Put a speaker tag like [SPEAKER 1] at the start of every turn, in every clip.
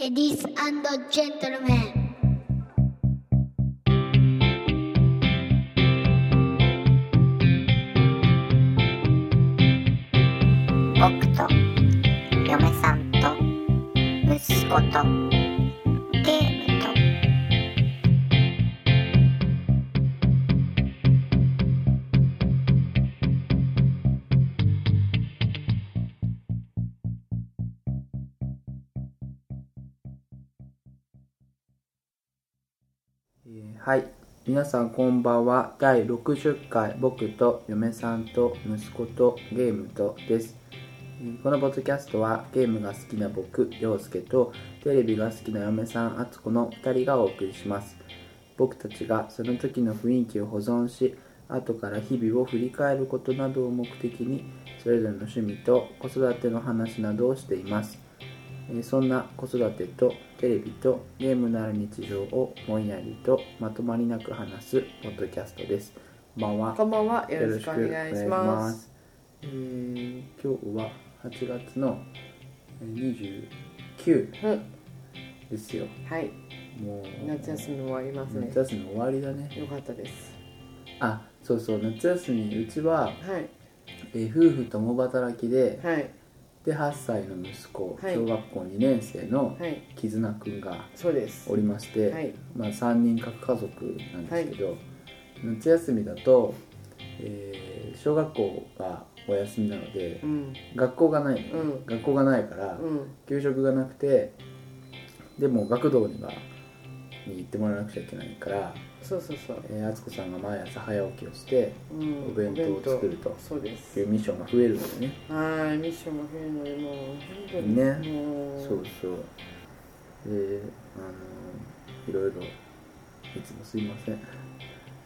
[SPEAKER 1] Ladies and gentlemen.
[SPEAKER 2] 僕と嫁さんと息子とゲームと
[SPEAKER 3] えーはい皆さんこんばんは第60回僕と嫁さんと息子とゲームとですえーこのポッドキャストはゲームが好きな僕陽介とテレビが好きな嫁さん敦子の2人がお送りします僕たちがその時の雰囲気を保存し後から日々を振り返ることなどを目的にそれぞれの趣味と子育ての話などをしていますえーそんな子育てとテレビとゲームのある日常をもんやりとまとまりなく話すポッドキャストです。こんばんは。
[SPEAKER 4] こんばんは。よろしくお願いします。。
[SPEAKER 3] えー今日は8月のえー29
[SPEAKER 4] うん
[SPEAKER 3] ですよ。
[SPEAKER 4] はい。
[SPEAKER 3] もう
[SPEAKER 4] 夏休み終わりますね
[SPEAKER 3] 夏。休み終わりだね。
[SPEAKER 4] よかったです。
[SPEAKER 3] あ、そうそう夏休みうちは、
[SPEAKER 4] はい。
[SPEAKER 3] えー夫婦共働きで、
[SPEAKER 4] はい。
[SPEAKER 3] で8歳の息子、
[SPEAKER 4] はい
[SPEAKER 3] 小学校2年生の
[SPEAKER 4] はい。
[SPEAKER 3] 絆くんが
[SPEAKER 4] そうです。
[SPEAKER 3] おりまして。
[SPEAKER 4] はい。
[SPEAKER 3] まあ、3人各家族なんですけど、夏休みだと、えー小学校がお休みなので
[SPEAKER 4] うん。
[SPEAKER 3] 学校がないのね、
[SPEAKER 4] うん
[SPEAKER 3] 学校がないから、
[SPEAKER 4] うん。
[SPEAKER 3] 給食がなくてでも学童にはに行ってもらわなくちゃいけないから、
[SPEAKER 4] そうそうそう。
[SPEAKER 3] えー、敦子さんが毎朝早起きをして
[SPEAKER 4] うん。
[SPEAKER 3] お弁当を作ると
[SPEAKER 4] お弁当そうで
[SPEAKER 3] い
[SPEAKER 4] す
[SPEAKER 3] う。ミッションが増えるんだよね、
[SPEAKER 4] はい。ミッションが増えるのでもう本当
[SPEAKER 3] ね
[SPEAKER 4] にもう
[SPEAKER 3] そうそうであのいろいろいつもすいません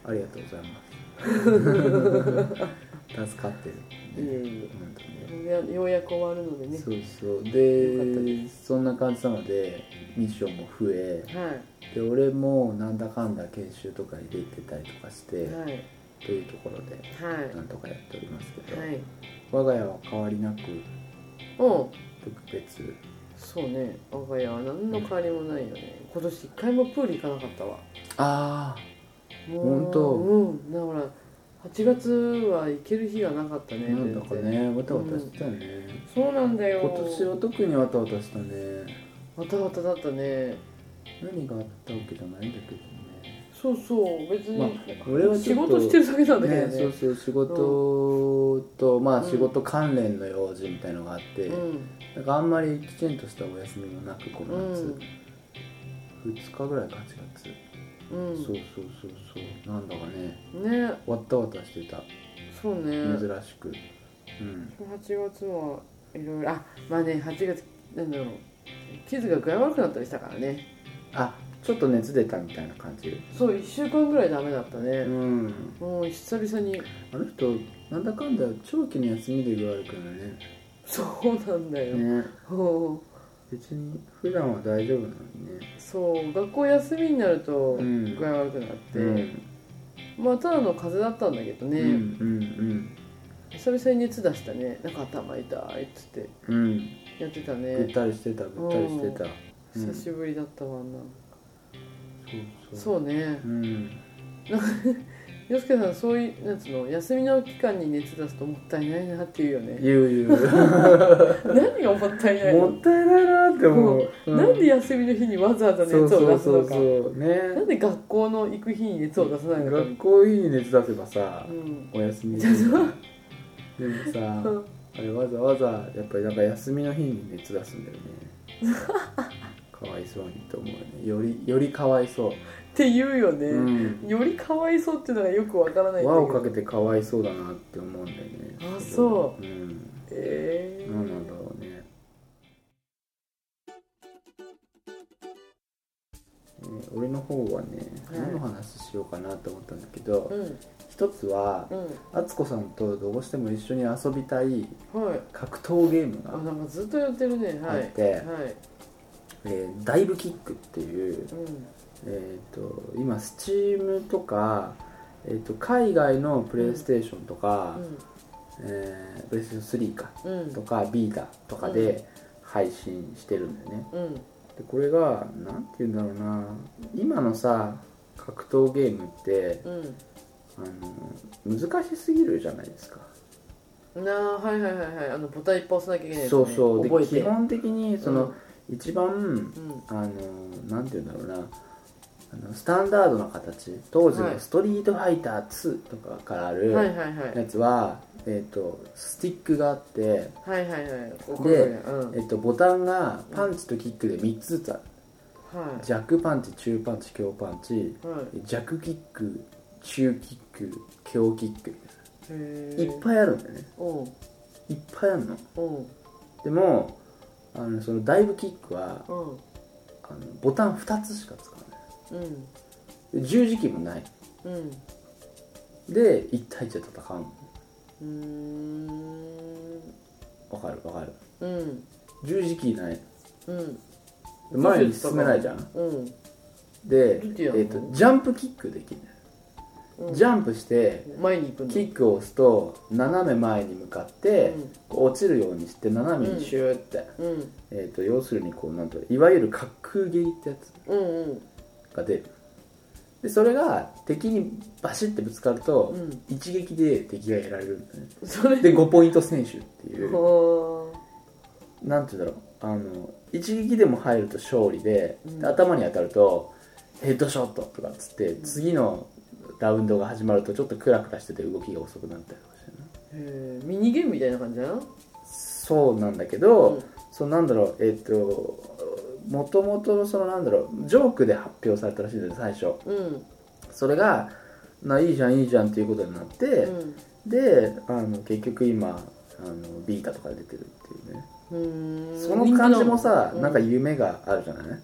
[SPEAKER 3] ありがとうございます助 かってる、
[SPEAKER 4] いえい
[SPEAKER 3] 本当にね
[SPEAKER 4] え。ようやようやく終わるのでね。
[SPEAKER 3] そうそう
[SPEAKER 4] よかった
[SPEAKER 3] で
[SPEAKER 4] で
[SPEAKER 3] そんな感じなのでミッションも増え
[SPEAKER 4] はい。
[SPEAKER 3] で俺もなんだかんだ研修とか入れてたりとかして、
[SPEAKER 4] はい。
[SPEAKER 3] というところで
[SPEAKER 4] は
[SPEAKER 3] なんとかやっておりますけ
[SPEAKER 4] い。
[SPEAKER 3] ど、
[SPEAKER 4] はい。
[SPEAKER 3] 我が家は変わりなく
[SPEAKER 4] うん。
[SPEAKER 3] 特別
[SPEAKER 4] そうね。我が家は何の変わりもないよね。今年一回もプール行かなかったわ。
[SPEAKER 3] ああ
[SPEAKER 4] もう
[SPEAKER 3] 本当
[SPEAKER 4] うんだから8月は行ける日がなかったね
[SPEAKER 3] なんだか
[SPEAKER 4] 全然
[SPEAKER 3] ねわたわたしてたよね、
[SPEAKER 4] そうなんだよ
[SPEAKER 3] 今年は特にわたわたしたね
[SPEAKER 4] わたわただったね
[SPEAKER 3] 何があったわけじゃないんだけど
[SPEAKER 4] そうそう別に、
[SPEAKER 3] ねまあ俺は
[SPEAKER 4] 仕
[SPEAKER 3] ちょっ
[SPEAKER 4] 事
[SPEAKER 3] と
[SPEAKER 4] してるだけなんだけど
[SPEAKER 3] ね
[SPEAKER 4] ね
[SPEAKER 3] そうそう仕事と、まあ
[SPEAKER 4] うん
[SPEAKER 3] 仕事関連の用事みたいのがあって、
[SPEAKER 4] うん
[SPEAKER 3] なんかあんまりきちんとしたお休みもなくこ
[SPEAKER 4] う
[SPEAKER 3] の夏、
[SPEAKER 4] ん
[SPEAKER 3] 2日ぐらいか8月、
[SPEAKER 4] うん
[SPEAKER 3] そうそうそうそうなんだかね
[SPEAKER 4] ね
[SPEAKER 3] わったわたしてた
[SPEAKER 4] そうね
[SPEAKER 3] 珍しく、うん
[SPEAKER 4] 8月はいろいろあまあね8月なんだろう傷が具合悪くなったりしたからね
[SPEAKER 3] あちょっと熱出たみたいな感じ
[SPEAKER 4] そう1週間ぐらいダメだった
[SPEAKER 3] う
[SPEAKER 4] ね、
[SPEAKER 3] ん
[SPEAKER 4] もう久々に
[SPEAKER 3] あの人なんだかんだ長期の休みで言われるからね
[SPEAKER 4] そうなんだよ、
[SPEAKER 3] ね
[SPEAKER 4] うん
[SPEAKER 3] 別に普段は大丈夫なのにね
[SPEAKER 4] そう学校休みになると
[SPEAKER 3] うん
[SPEAKER 4] 具合悪くなって、
[SPEAKER 3] うん
[SPEAKER 4] まあただの風邪だったんだけどね、
[SPEAKER 3] うんうん
[SPEAKER 4] 久々に熱出したねなんか頭痛いっつって
[SPEAKER 3] うんうん
[SPEAKER 4] やってた
[SPEAKER 3] ぐっ
[SPEAKER 4] ね
[SPEAKER 3] たりしてたぐったりしてたうん
[SPEAKER 4] 久しぶりだったわあんな、
[SPEAKER 3] そうそう
[SPEAKER 4] そうね
[SPEAKER 3] うん
[SPEAKER 4] 洋介さんそういうなんつうの休みの期間に熱出すともったいないなっていうよね
[SPEAKER 3] 言う言
[SPEAKER 4] 何がもったいうない
[SPEAKER 3] も
[SPEAKER 4] の
[SPEAKER 3] ったいないなって思う、う
[SPEAKER 4] なんで休みの日にわざわざ熱
[SPEAKER 3] そう
[SPEAKER 4] を出すの
[SPEAKER 3] そう
[SPEAKER 4] か
[SPEAKER 3] そうそう
[SPEAKER 4] なん
[SPEAKER 3] ね
[SPEAKER 4] で学校の行く日に熱を出さないのか
[SPEAKER 3] 学校いい熱出せばさ、
[SPEAKER 4] うん
[SPEAKER 3] お休みで
[SPEAKER 4] じゃあそう
[SPEAKER 3] でも さ
[SPEAKER 4] うん
[SPEAKER 3] あれわざわざやっぱりなんか休みの日に熱出すんだよね かわいそうにと思うよねよりよりかわいそ
[SPEAKER 4] っていうよね、
[SPEAKER 3] う、うん、
[SPEAKER 4] よりかわいそうっていうのがよくわからないんだ
[SPEAKER 3] 輪
[SPEAKER 4] けど
[SPEAKER 3] をかけてかわいそうだなって思うんだよね、
[SPEAKER 4] あそう
[SPEAKER 3] うん、
[SPEAKER 4] えー
[SPEAKER 3] 何なんだろうねえー俺の方はね、
[SPEAKER 4] はい
[SPEAKER 3] 何の話しようかなと思ったんだけど、
[SPEAKER 4] うん
[SPEAKER 3] 一つは
[SPEAKER 4] う
[SPEAKER 3] 敦子さんとどうしても一緒に遊びたい
[SPEAKER 4] んはい
[SPEAKER 3] 格闘ゲーム
[SPEAKER 4] あ
[SPEAKER 3] が、
[SPEAKER 4] なんかずっとやってるねはい
[SPEAKER 3] やって
[SPEAKER 4] はい
[SPEAKER 3] えーダイブキックっていう、
[SPEAKER 4] うん
[SPEAKER 3] えー、と今 Steam とか、えー、と海外のプレイステーションとか、えプレイステーション3か
[SPEAKER 4] うんうん
[SPEAKER 3] とかビータとかで配信してるんだよね、
[SPEAKER 4] うん
[SPEAKER 3] ででこれがなんて言うんだろうな今のさ格闘ゲームって
[SPEAKER 4] う
[SPEAKER 3] あの難しすぎるじゃないですか
[SPEAKER 4] んなあはいはいはいはいあのボタンいっぱい押さなきゃいけないやつね
[SPEAKER 3] そうそうで
[SPEAKER 4] 覚えて
[SPEAKER 3] 基本的にその、一番
[SPEAKER 4] うん
[SPEAKER 3] あのなんて言うんだろうなあのスタンダードな形当時
[SPEAKER 4] は
[SPEAKER 3] の「
[SPEAKER 4] い
[SPEAKER 3] ストリートファイター2」とかからある
[SPEAKER 4] はいはいはい
[SPEAKER 3] やつは、えっとスティックがあって、
[SPEAKER 4] はいはいはいここでうん
[SPEAKER 3] えっとボタンがパンチとキックで3つずつある
[SPEAKER 4] はい
[SPEAKER 3] 弱パンチ中パンチ強パンチ
[SPEAKER 4] はい
[SPEAKER 3] 弱キック中キック強キックみたい
[SPEAKER 4] へ
[SPEAKER 3] な
[SPEAKER 4] え
[SPEAKER 3] いっぱいあるんだよね
[SPEAKER 4] おう
[SPEAKER 3] いっぱいあるの
[SPEAKER 4] おう
[SPEAKER 3] でもあのそのダイブキックは
[SPEAKER 4] うん
[SPEAKER 3] あのボタン2つしか使わない
[SPEAKER 4] うん
[SPEAKER 3] で十字キーもない
[SPEAKER 4] うん
[SPEAKER 3] で1対1で戦うの
[SPEAKER 4] うーん
[SPEAKER 3] わかるわかる
[SPEAKER 4] うん
[SPEAKER 3] 十字キーない
[SPEAKER 4] うん
[SPEAKER 3] で前に進めないじゃん
[SPEAKER 4] うん
[SPEAKER 3] で、え
[SPEAKER 4] どうやってやるの
[SPEAKER 3] ー、とジャンプキックできるんだよ
[SPEAKER 4] うん
[SPEAKER 3] ジャンプして
[SPEAKER 4] 前に行くの
[SPEAKER 3] キックを押すと斜め前に向かって
[SPEAKER 4] うん
[SPEAKER 3] こう落ちるようにして斜めにシューって、
[SPEAKER 4] うん
[SPEAKER 3] えー、と要するにこうなんといわゆる滑空蹴りってやつ
[SPEAKER 4] うんうん
[SPEAKER 3] が出るでそれが敵にバシッてぶつかると、
[SPEAKER 4] うん
[SPEAKER 3] 一撃で敵がやられるんだね
[SPEAKER 4] それ
[SPEAKER 3] で5ポイント選手っていう
[SPEAKER 4] は
[SPEAKER 3] なんて言うんだろうあの一撃でも入ると勝利で,で、
[SPEAKER 4] うん
[SPEAKER 3] 頭に当たるとヘッドショットとかっつって次のラウンドが始まるとちょっとクラクラしてて動きが遅くなったりとかしてね
[SPEAKER 4] あへえミニゲームみたいな感じだな
[SPEAKER 3] そうなんだけど、
[SPEAKER 4] うん
[SPEAKER 3] そのなんだろうえっ、ともともとのそのなんだろうジョークで発表されたらしいんだよ最初
[SPEAKER 4] うん
[SPEAKER 3] それがないいじゃんいいじゃんっていうことになって、
[SPEAKER 4] うん
[SPEAKER 3] であの結局今あのビータとか出てるっていうね
[SPEAKER 4] うーん
[SPEAKER 3] その感じもさ、
[SPEAKER 4] 人気だ
[SPEAKER 3] なんか夢があるじゃない、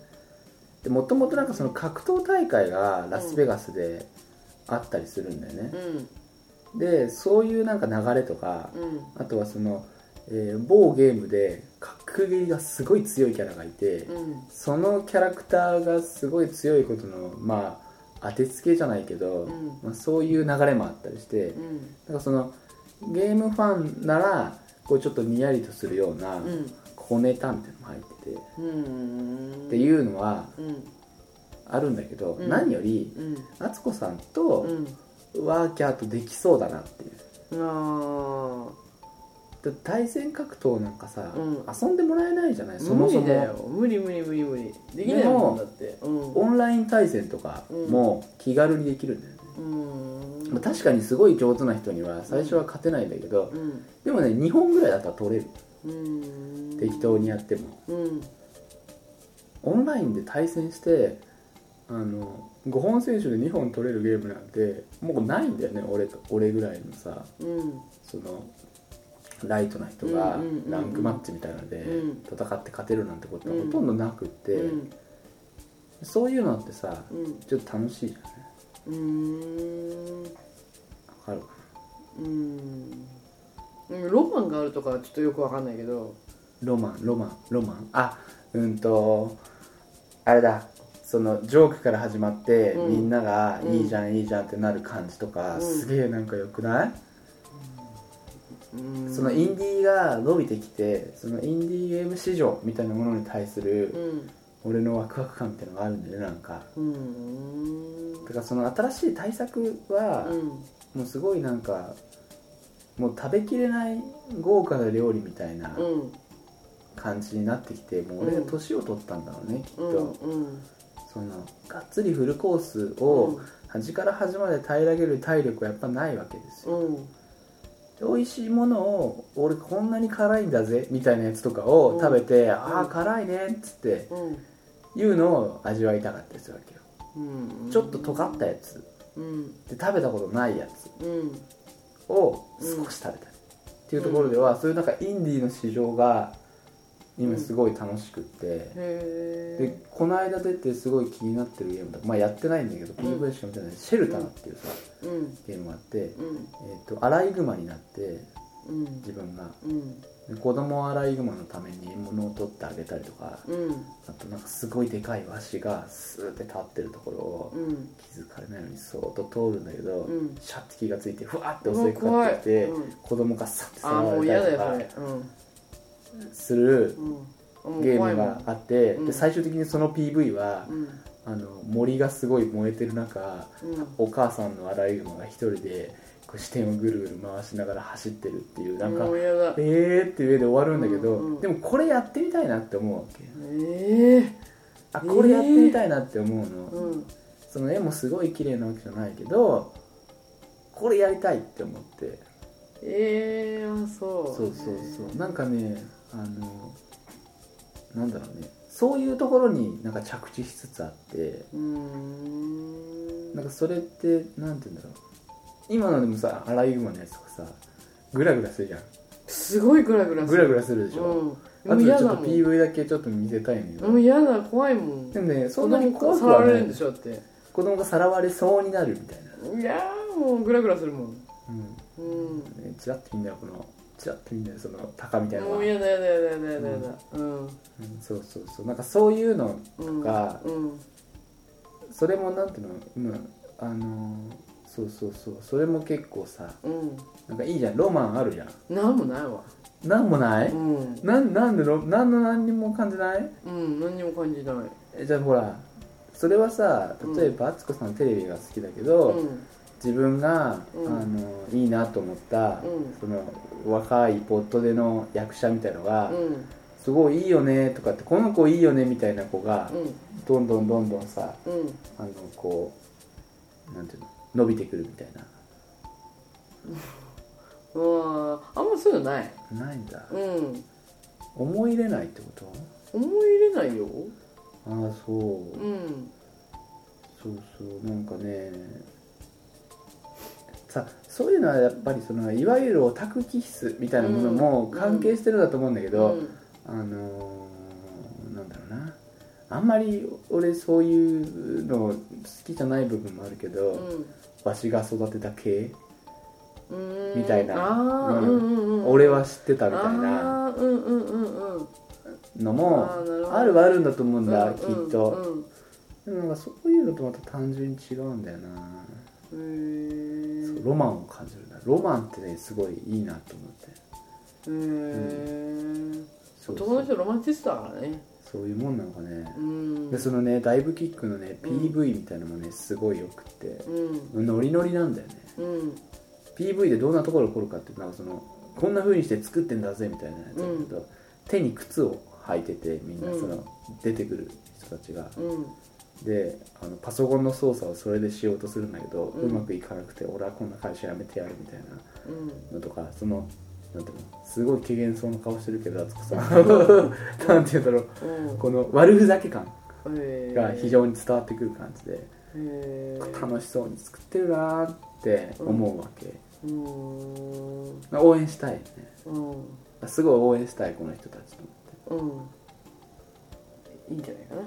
[SPEAKER 3] でもともとなんかその格闘大会がラスベガスであったりするんだよね
[SPEAKER 4] う、ん
[SPEAKER 3] でそういうなんか流れとか、
[SPEAKER 4] うん
[SPEAKER 3] あとはその、えー某ゲームで格ゲーがすごい強いキャラがいて、
[SPEAKER 4] うん
[SPEAKER 3] そのキャラクターがすごい強いことのまあ当てつけじゃないけど、
[SPEAKER 4] うん
[SPEAKER 3] まあ、そういう流れもあったりして、
[SPEAKER 4] うん
[SPEAKER 3] なんかそのゲームファンならこうちょっとにやりとするような
[SPEAKER 4] うん
[SPEAKER 3] 小ネタみたいなのも入ってて、
[SPEAKER 4] うん
[SPEAKER 3] っていうのは
[SPEAKER 4] うん
[SPEAKER 3] あるんだけど、
[SPEAKER 4] うん
[SPEAKER 3] 何より
[SPEAKER 4] うん
[SPEAKER 3] 敦子さん
[SPEAKER 4] う
[SPEAKER 3] と
[SPEAKER 4] ん
[SPEAKER 3] ワーキャーとできそうだなっていう。
[SPEAKER 4] あ
[SPEAKER 3] だって対戦格闘なんかさ、
[SPEAKER 4] うん
[SPEAKER 3] 遊んでもらえないじゃない
[SPEAKER 4] あ
[SPEAKER 3] そもそ
[SPEAKER 4] 無理だよ
[SPEAKER 3] も
[SPEAKER 4] 無理無理無理無理できないもんだってうん
[SPEAKER 3] オンライン対戦とかも気軽にできるんだよね、
[SPEAKER 4] うん
[SPEAKER 3] まあ確かにすごい上手な人には最初は勝てないんだけど、
[SPEAKER 4] うん
[SPEAKER 3] でもね2本ぐらいだったら取れる、
[SPEAKER 4] うん
[SPEAKER 3] 適当にやっても
[SPEAKER 4] うん
[SPEAKER 3] オンラインで対戦してあの5本選手で2本取れるゲームなんてもうないんだよね俺と俺ぐらいのさ
[SPEAKER 4] うん
[SPEAKER 3] そのライトな人が
[SPEAKER 4] うんうんうんうん
[SPEAKER 3] ランクマッチみたいなので
[SPEAKER 4] うん
[SPEAKER 3] 戦って勝てるなんてことはほとんどなくって、
[SPEAKER 4] うん
[SPEAKER 3] そういうのってさ
[SPEAKER 4] うん
[SPEAKER 3] ちょっと楽しいじゃない
[SPEAKER 4] うん
[SPEAKER 3] わかる
[SPEAKER 4] うんうんロマンがあるとかはちょっとよくわかんないけど
[SPEAKER 3] ロマンロマンロマンあうんとあれだそのジョークから始まって、
[SPEAKER 4] うん
[SPEAKER 3] みんなが「
[SPEAKER 4] うん
[SPEAKER 3] いいじゃん、いいじゃん」ってなる感じとか、
[SPEAKER 4] うん
[SPEAKER 3] すげえなんかよくない、
[SPEAKER 4] うん
[SPEAKER 3] そのインディーが伸びてきてそのインディーゲーム市場みたいなものに対す
[SPEAKER 4] う
[SPEAKER 3] る
[SPEAKER 4] ん
[SPEAKER 3] 俺のワクワク感みたいなのがあるんだよねなんか
[SPEAKER 4] うん
[SPEAKER 3] だからその新しい対策は、
[SPEAKER 4] うん
[SPEAKER 3] もうすごいなんかもう食べきれない豪華な料理みたいな
[SPEAKER 4] うん
[SPEAKER 3] 感じになってきてもう俺が年を取ったんだろうね、きっと、
[SPEAKER 4] うん
[SPEAKER 3] そのがっつりフルコース
[SPEAKER 4] うん
[SPEAKER 3] を端から端まで平らげる体力はやっぱないわけですよ、
[SPEAKER 4] うん
[SPEAKER 3] で美味しいものを俺こんなに辛いんだぜみたいなやつとかを食べて、ああ辛いねっつって
[SPEAKER 4] うん
[SPEAKER 3] いうのを味わいたかったりするわけよ、
[SPEAKER 4] うん
[SPEAKER 3] ちょっと尖ったやつ
[SPEAKER 4] うん
[SPEAKER 3] で食べたことないやつ
[SPEAKER 4] うん
[SPEAKER 3] を少し食べたり、っていうところでは、そういうなんかインディーの市場が今すごい楽しくって、
[SPEAKER 4] へ
[SPEAKER 3] で
[SPEAKER 4] え
[SPEAKER 3] この間出てすごい気になってるゲームだまあやってないんだけど PV しか見てないシェルターっていうさ
[SPEAKER 4] うん
[SPEAKER 3] ゲームがあって、
[SPEAKER 4] うん
[SPEAKER 3] えー、とアライグマになって
[SPEAKER 4] うん
[SPEAKER 3] 自分が
[SPEAKER 4] うん
[SPEAKER 3] で子供をアライグマのために獲物を取ってあげたりとか
[SPEAKER 4] うん
[SPEAKER 3] あとなんかすごいでかいワシがスーって立ってるところを
[SPEAKER 4] うん
[SPEAKER 3] 気づかれないようにそーっと通るんだけど、
[SPEAKER 4] うん
[SPEAKER 3] シャッて気がついてふわって
[SPEAKER 4] う
[SPEAKER 3] 襲
[SPEAKER 4] わ
[SPEAKER 3] いかかってきて、
[SPEAKER 4] 怖いうん
[SPEAKER 3] 子供がさって
[SPEAKER 4] ああ
[SPEAKER 3] 触
[SPEAKER 4] もう
[SPEAKER 3] ら
[SPEAKER 4] 嫌
[SPEAKER 3] れたり
[SPEAKER 4] だ
[SPEAKER 3] と
[SPEAKER 4] よそ
[SPEAKER 3] か
[SPEAKER 4] れうん
[SPEAKER 3] する
[SPEAKER 4] うんもう
[SPEAKER 3] ゲー
[SPEAKER 4] 怖い
[SPEAKER 3] ム
[SPEAKER 4] もん
[SPEAKER 3] があって、
[SPEAKER 4] うん
[SPEAKER 3] で最終的にその PV は、
[SPEAKER 4] うん
[SPEAKER 3] あの森がすごい燃えてる中
[SPEAKER 4] うん
[SPEAKER 3] お母さんのアライグマが一人でこう視点をぐるぐる回しながら走ってるっていうなんか、
[SPEAKER 4] もうやだ
[SPEAKER 3] えーって上で終わるんだけど、
[SPEAKER 4] うんうん
[SPEAKER 3] でもこれやってみたいなって思うわけ
[SPEAKER 4] ええ
[SPEAKER 3] あ
[SPEAKER 4] えー
[SPEAKER 3] これやってみたいなって思うの、
[SPEAKER 4] うん
[SPEAKER 3] その絵もすごい綺麗なわけじゃないけどこれやりたいって思って
[SPEAKER 4] ええあそう
[SPEAKER 3] そうそうそうなんかねあのなんだろうねそういうところになんか着地しつつあって
[SPEAKER 4] うーん
[SPEAKER 3] なんかそれってなんて言うんだろう今のでもさアライグマのやつとかさグラグラするじゃん
[SPEAKER 4] すごいグラグラす
[SPEAKER 3] グラ
[SPEAKER 4] る
[SPEAKER 3] グラするでしょ、
[SPEAKER 4] うん
[SPEAKER 3] あ
[SPEAKER 4] も
[SPEAKER 3] と
[SPEAKER 4] う
[SPEAKER 3] でちょ
[SPEAKER 4] 嫌
[SPEAKER 3] っ
[SPEAKER 4] だ
[SPEAKER 3] と
[SPEAKER 4] もん
[SPEAKER 3] PV だけちょっと見せたいのよ、
[SPEAKER 4] もう嫌だ怖いもん
[SPEAKER 3] でもねそ
[SPEAKER 4] 子
[SPEAKER 3] んなに
[SPEAKER 4] 供
[SPEAKER 3] 怖く
[SPEAKER 4] さら
[SPEAKER 3] は
[SPEAKER 4] われ
[SPEAKER 3] な
[SPEAKER 4] るん
[SPEAKER 3] い
[SPEAKER 4] でしょだって
[SPEAKER 3] 子供がさらわれそうになるみたいな、
[SPEAKER 4] いやーもうグラグラするもん
[SPEAKER 3] うん
[SPEAKER 4] うん
[SPEAKER 3] ね、チラッと見んだよこのチラッと見んだよその鷹みたいなの
[SPEAKER 4] も
[SPEAKER 3] が
[SPEAKER 4] う嫌だ嫌だ嫌だ嫌だ嫌だうん
[SPEAKER 3] うんそうそうそうなんかそういうの
[SPEAKER 4] うん
[SPEAKER 3] が
[SPEAKER 4] うん
[SPEAKER 3] それもなんていうの今あのーそうそうそうそれも結構さ
[SPEAKER 4] うん
[SPEAKER 3] なんかいいじゃんロマンあるじゃん
[SPEAKER 4] なんもないわ
[SPEAKER 3] なんもない、
[SPEAKER 4] うん
[SPEAKER 3] なんなんでロなんの何にも感じない
[SPEAKER 4] うん何にも感じない
[SPEAKER 3] えじゃあほらそれはさ例えば敦子さんテレビが好きだけど、
[SPEAKER 4] うん
[SPEAKER 3] 自分が、
[SPEAKER 4] うん
[SPEAKER 3] あのいいなと思った、
[SPEAKER 4] うん
[SPEAKER 3] その若いポットでの役者みたいのが、
[SPEAKER 4] うん
[SPEAKER 3] すごいいいよねとかってこの子いいよねみたいな子が、
[SPEAKER 4] うん
[SPEAKER 3] どんどんどんどんさ
[SPEAKER 4] うん
[SPEAKER 3] あのこうなんていうの伸びてくるみたいな
[SPEAKER 4] うわーあんまそういうのない
[SPEAKER 3] ないんだ、
[SPEAKER 4] うん
[SPEAKER 3] 思い入れないってこと
[SPEAKER 4] 思い入れないよ
[SPEAKER 3] ああそう、
[SPEAKER 4] うん
[SPEAKER 3] そうそうなんかねさそういうのはやっぱりそのいわゆるオタク気質みたいなものも
[SPEAKER 4] うん
[SPEAKER 3] 関係してるんだと思うんだけ
[SPEAKER 4] う
[SPEAKER 3] ど、
[SPEAKER 4] ん
[SPEAKER 3] あのーなんだろうなあんまり俺そういうの好きじゃない部分もあるけど、
[SPEAKER 4] うん
[SPEAKER 3] わしが育てた系、
[SPEAKER 4] うーん
[SPEAKER 3] みたいな
[SPEAKER 4] あー
[SPEAKER 3] う
[SPEAKER 4] うんんうんうん
[SPEAKER 3] 俺は知ってたみたいな
[SPEAKER 4] あーうんうんうんうん
[SPEAKER 3] の
[SPEAKER 4] あ
[SPEAKER 3] も
[SPEAKER 4] ーなるほど
[SPEAKER 3] あるはあるんだと思うんだ、
[SPEAKER 4] うん
[SPEAKER 3] きっと、
[SPEAKER 4] うん
[SPEAKER 3] でもなんかそういうのとまた単純に違うんだよな、
[SPEAKER 4] うんへ
[SPEAKER 3] そう
[SPEAKER 4] ー
[SPEAKER 3] ロマンを感じるんだロマンってねすごいいいなと思って
[SPEAKER 4] へー
[SPEAKER 3] そう
[SPEAKER 4] 男
[SPEAKER 3] そ
[SPEAKER 4] の
[SPEAKER 3] う
[SPEAKER 4] 人ロマンチストだからね
[SPEAKER 3] そういうもんなのかね
[SPEAKER 4] う、ん
[SPEAKER 3] でそのねダイブキックのね
[SPEAKER 4] うん
[SPEAKER 3] PV みたいなのもねすごいよくって、
[SPEAKER 4] うん
[SPEAKER 3] ノリノリなんだよね
[SPEAKER 4] うん
[SPEAKER 3] PV でどんなところ起こるかってなんかそのこんな風にして作ってんだぜみたいなやつなんだけど、手に靴を履いててみんな
[SPEAKER 4] うん
[SPEAKER 3] その、出てくる人たちが
[SPEAKER 4] うん
[SPEAKER 3] であのパソコンの操作をそれでしようとするんだけど、う
[SPEAKER 4] うん
[SPEAKER 3] まくいかなくて俺はこんな会社辞めてやるみたいな
[SPEAKER 4] うん
[SPEAKER 3] のとかそのなんていうのすごい機嫌そうな顔してるけど敦子さ んなんていうんだろう
[SPEAKER 4] うん
[SPEAKER 3] この悪ふざけ感
[SPEAKER 4] へー
[SPEAKER 3] が非常に伝わってくる感じで、
[SPEAKER 4] へー
[SPEAKER 3] 楽しそうに作ってるなーって思うわけ、
[SPEAKER 4] うーん
[SPEAKER 3] 応援したいよね
[SPEAKER 4] うん
[SPEAKER 3] すごい応援したいこの人たちと思って
[SPEAKER 4] うんいいんじゃないかな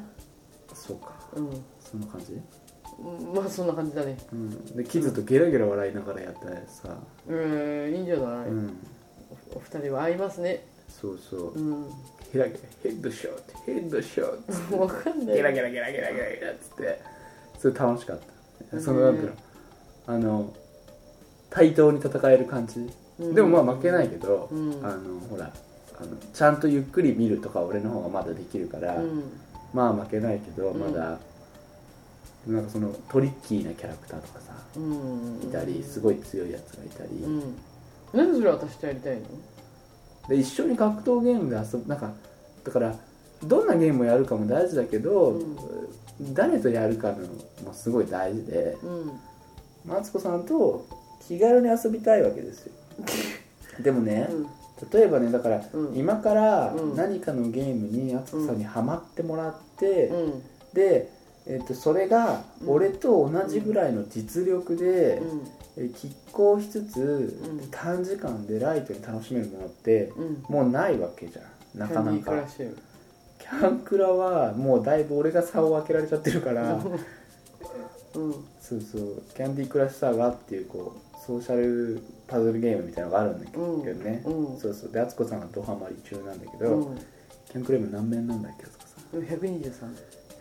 [SPEAKER 3] そうか
[SPEAKER 4] う
[SPEAKER 3] そんな感じ、
[SPEAKER 4] んまあそんな感じだね
[SPEAKER 3] うん、でキズとゲラゲラ笑いながらやったやつさ、
[SPEAKER 4] うんいいんじゃない、
[SPEAKER 3] うん、
[SPEAKER 4] おお二人は合いますね
[SPEAKER 3] そうそう
[SPEAKER 4] うん
[SPEAKER 3] ゲラゲラヘッドショットヘッドショット
[SPEAKER 4] 分かんない
[SPEAKER 3] ゲラゲラゲラゲラゲラゲラっつってそれ楽しかったその
[SPEAKER 4] へー
[SPEAKER 3] なんていうのあの対等に戦える感じ、でもまあ負けないけど、
[SPEAKER 4] うん
[SPEAKER 3] あのほらあのちゃんとゆっくり見るとか俺の方がまだできるから、
[SPEAKER 4] うん
[SPEAKER 3] まあ負けないけど
[SPEAKER 4] うん
[SPEAKER 3] まだ、なんかそのトリッキーなキャラクターとかさ
[SPEAKER 4] うん
[SPEAKER 3] いたりすごい強いやつがいたり、
[SPEAKER 4] うんなんでそれ私とやりたいの
[SPEAKER 3] で一緒に格闘ゲームで遊ぶなんかだからどんなゲームをやるかも大事だけど、誰とやるかのもすごい大事で
[SPEAKER 4] うん
[SPEAKER 3] マツコさんと気軽に遊びたいわけ ですよでもね、
[SPEAKER 4] うん
[SPEAKER 3] 例えばねだから、
[SPEAKER 4] うん
[SPEAKER 3] 今から
[SPEAKER 4] うん
[SPEAKER 3] 何かのゲームに敦子さんにハマってもらって、
[SPEAKER 4] うん
[SPEAKER 3] で、えっとそれが
[SPEAKER 4] うん
[SPEAKER 3] 俺と同じぐらいの実力で、え拮抗しつつ、
[SPEAKER 4] うん
[SPEAKER 3] 短時間でライトに楽しめるものって
[SPEAKER 4] うんうん
[SPEAKER 3] もうないわけじゃんなかな
[SPEAKER 4] キャンディークラ
[SPEAKER 3] か
[SPEAKER 4] ッシュ
[SPEAKER 3] キャンクラはもうだいぶ俺が差を開けられちゃってるから
[SPEAKER 4] うん
[SPEAKER 3] そうそうキャンディークラッシュサーガーっていうこうソーシャルパズルゲームみたいなのがあるんだけどね、
[SPEAKER 4] うん
[SPEAKER 3] そうそうで敦子さんがドハマり中なんだけど、
[SPEAKER 4] うん
[SPEAKER 3] キャンクレーム何面なんだっけ敦子さん
[SPEAKER 4] 123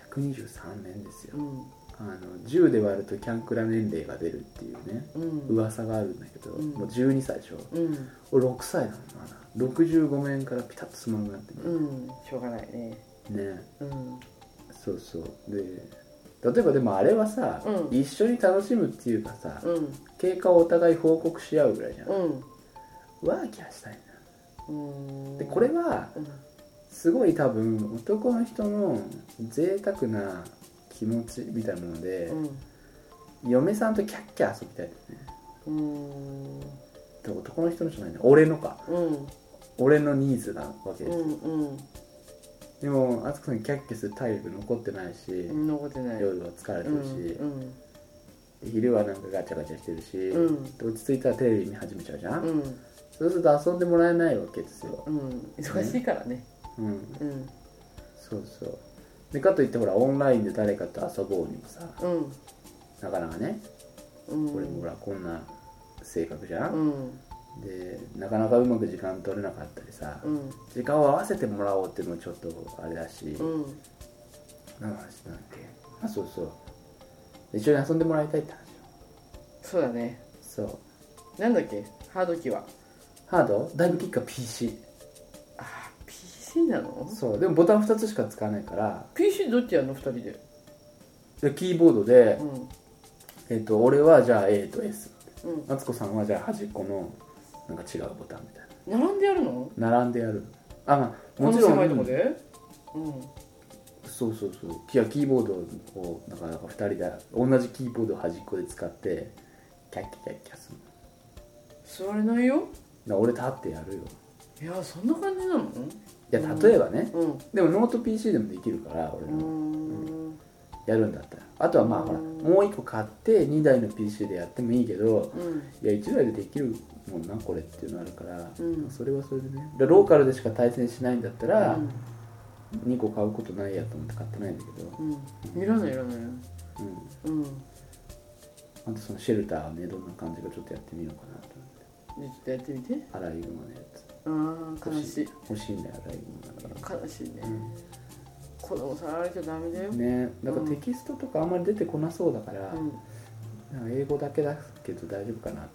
[SPEAKER 3] 123面ですよ
[SPEAKER 4] うん
[SPEAKER 3] あの10で割るとキャンクラ年齢が出るっていうね
[SPEAKER 4] うん
[SPEAKER 3] 噂があるんだけど、
[SPEAKER 4] うん
[SPEAKER 3] もう12歳でしょ
[SPEAKER 4] うん
[SPEAKER 3] 俺6歳なのかな65面からピタッとつまんなくなってね,、
[SPEAKER 4] うんしょうがないね
[SPEAKER 3] ね
[SPEAKER 4] うん
[SPEAKER 3] そうそうで例えばでもあれはさ、
[SPEAKER 4] う
[SPEAKER 3] 一緒に楽しむっていうかさ、
[SPEAKER 4] うん
[SPEAKER 3] 経過をお互い報告し合うぐらいじゃん、
[SPEAKER 4] うん
[SPEAKER 3] ワーキャーしたい
[SPEAKER 4] うん
[SPEAKER 3] なでこれは
[SPEAKER 4] うん
[SPEAKER 3] すごい多分男の人の贅沢な気持ちみたいなもので、嫁さんとキャッキャ遊びたいんだよね
[SPEAKER 4] うん
[SPEAKER 3] で男の人のじゃないね俺のか
[SPEAKER 4] うん
[SPEAKER 3] 俺のニーズなわけですよ、
[SPEAKER 4] うん
[SPEAKER 3] でも敦子さんにキャッキャする体力残ってないし、
[SPEAKER 4] うん残ってない
[SPEAKER 3] 夜は疲れてるし、
[SPEAKER 4] うん
[SPEAKER 3] で昼はなんかガチャガチャしてるし、
[SPEAKER 4] うん
[SPEAKER 3] で落ち着いたらテレビ見始めちゃうじゃん、
[SPEAKER 4] うん
[SPEAKER 3] そうすると遊んでもらえないわけですよ
[SPEAKER 4] う、ん忙しいからね
[SPEAKER 3] うん、
[SPEAKER 4] うん
[SPEAKER 3] そうそうでかといってほらオンラインで誰かと遊ぼうにもさ
[SPEAKER 4] うん
[SPEAKER 3] なかなかね
[SPEAKER 4] うん
[SPEAKER 3] 俺もほらこんな性格じゃ、
[SPEAKER 4] うんん
[SPEAKER 3] でなかなかうまく時間取れなかったりさ、
[SPEAKER 4] うん
[SPEAKER 3] 時間を合わせてもらおうっていうのもちょっとあれだし、
[SPEAKER 4] うん
[SPEAKER 3] 何の話なんだっけあそうそう一緒に遊んでもらいたいって話よ
[SPEAKER 4] そうだね
[SPEAKER 3] そう
[SPEAKER 4] なんだっけハード機は
[SPEAKER 3] ハードだいぶキッカー PC
[SPEAKER 4] あ PC なの
[SPEAKER 3] そうでもボタン2つしか使わないから
[SPEAKER 4] PC どっちやんの2人で
[SPEAKER 3] でキーボードで、
[SPEAKER 4] うん
[SPEAKER 3] えっと俺はじゃあ A と S
[SPEAKER 4] うん
[SPEAKER 3] 敦子さんはじゃあ端っこのなんか違うボタンみたい
[SPEAKER 4] 並んでやるの
[SPEAKER 3] な並んでやるあまあ
[SPEAKER 4] こ
[SPEAKER 3] も
[SPEAKER 4] の
[SPEAKER 3] ちろ
[SPEAKER 4] 狭いとこ
[SPEAKER 3] ん
[SPEAKER 4] でうん
[SPEAKER 3] そうそうそういやキーボードをなかなか2人で同じキーボードを端っこで使ってキャッキャキャッキャする
[SPEAKER 4] 座れないよ
[SPEAKER 3] だから俺立ってやるよ
[SPEAKER 4] いやそんな感じなの
[SPEAKER 3] いや例えばね、
[SPEAKER 4] うん
[SPEAKER 3] でもノート PC でもできるから俺
[SPEAKER 4] う
[SPEAKER 3] の、
[SPEAKER 4] ん
[SPEAKER 3] やるんだったらあとはまあほらもう1個買って2台の PC でやってもいいけど
[SPEAKER 4] うん
[SPEAKER 3] いや1台でできるもんなこれっていうのあるから、
[SPEAKER 4] うん
[SPEAKER 3] それはそれでねでローカルでしか対戦しないんだったら、
[SPEAKER 4] うん
[SPEAKER 3] 2個買うことないやと思って買ってないんだけど、
[SPEAKER 4] うんいらないいらない
[SPEAKER 3] うん、
[SPEAKER 4] うん
[SPEAKER 3] あとそのシェルターはねどんな感じかちょっとやってみようかなと思って
[SPEAKER 4] ちょっとやってみて
[SPEAKER 3] アライグマのやつ
[SPEAKER 4] ああ悲しい
[SPEAKER 3] 欲しいんだよアライグマだから
[SPEAKER 4] 悲しいね子供触られちゃダメだよ
[SPEAKER 3] ねだからテキストとかあんまり出てこなそうだから、
[SPEAKER 4] うん
[SPEAKER 3] なんか英語だけだけど大丈夫かなと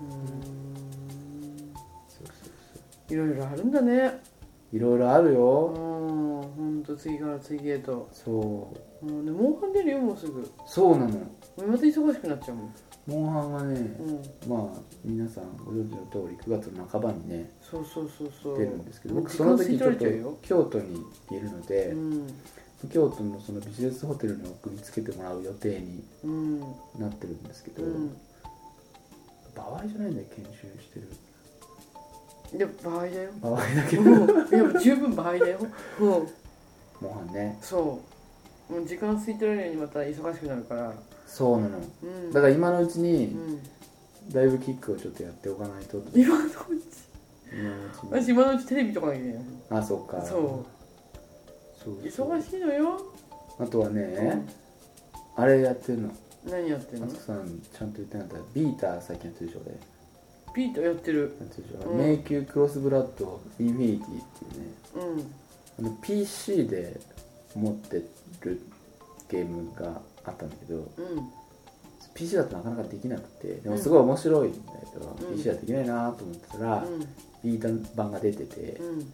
[SPEAKER 3] 思って
[SPEAKER 4] うん
[SPEAKER 3] そうそうそ
[SPEAKER 4] いろいろあるんだね
[SPEAKER 3] ういろいろある
[SPEAKER 4] うん
[SPEAKER 3] よ、
[SPEAKER 4] ほんと次から次へと
[SPEAKER 3] そう
[SPEAKER 4] うんでモンハン出るよもうすぐ
[SPEAKER 3] そうなの
[SPEAKER 4] また忙しくなっちゃうもん
[SPEAKER 3] モンハンはね
[SPEAKER 4] うん
[SPEAKER 3] まあ皆さんご存知の通り9月の半ばにね
[SPEAKER 4] そうそうそうそう
[SPEAKER 3] 出るんですけど
[SPEAKER 4] もう
[SPEAKER 3] 僕その時
[SPEAKER 4] 時
[SPEAKER 3] ち
[SPEAKER 4] 間過
[SPEAKER 3] ょっと
[SPEAKER 4] ぎ取れちゃうよ
[SPEAKER 3] 京都にいるので、
[SPEAKER 4] うん
[SPEAKER 3] 京都のそのビジネスホテルに送りつけてもらう予定に
[SPEAKER 4] うん
[SPEAKER 3] なってるんですけど、
[SPEAKER 4] うん
[SPEAKER 3] 場合じゃないんだよ研修してる
[SPEAKER 4] いや場合だよ
[SPEAKER 3] 場合だけど
[SPEAKER 4] うんいや十分場 合だようん
[SPEAKER 3] モンハンね
[SPEAKER 4] そうもう時間過ぎてる間にまた忙しくなるから
[SPEAKER 3] そうなの
[SPEAKER 4] うん
[SPEAKER 3] だから今のうち
[SPEAKER 4] う
[SPEAKER 3] に
[SPEAKER 4] ん
[SPEAKER 3] ライブキックをちょっとやっておかないと
[SPEAKER 4] 今のうち
[SPEAKER 3] 今のうちに
[SPEAKER 4] 私今のうちテレビとかなきゃいけない
[SPEAKER 3] あそうか
[SPEAKER 4] そ
[SPEAKER 3] そう
[SPEAKER 4] う忙しいのよ
[SPEAKER 3] あとはねあれやってるの
[SPEAKER 4] 何やってんの
[SPEAKER 3] 松さんちゃんと言ってなかったビーター最近やってるでしょ俺
[SPEAKER 4] ピートやってる
[SPEAKER 3] なんていうんでしょ
[SPEAKER 4] う
[SPEAKER 3] うん迷宮クロスブラッドインフィニティっていうね
[SPEAKER 4] うん
[SPEAKER 3] あの PC で持ってるゲームがあったんだけど
[SPEAKER 4] うん、
[SPEAKER 3] PC だとなかなかできなくてでもすごい面白いんだけど、
[SPEAKER 4] うん
[SPEAKER 3] PC はできないなと思ってたら、ビータ版が出てて
[SPEAKER 4] うん、うん、
[SPEAKER 3] 欲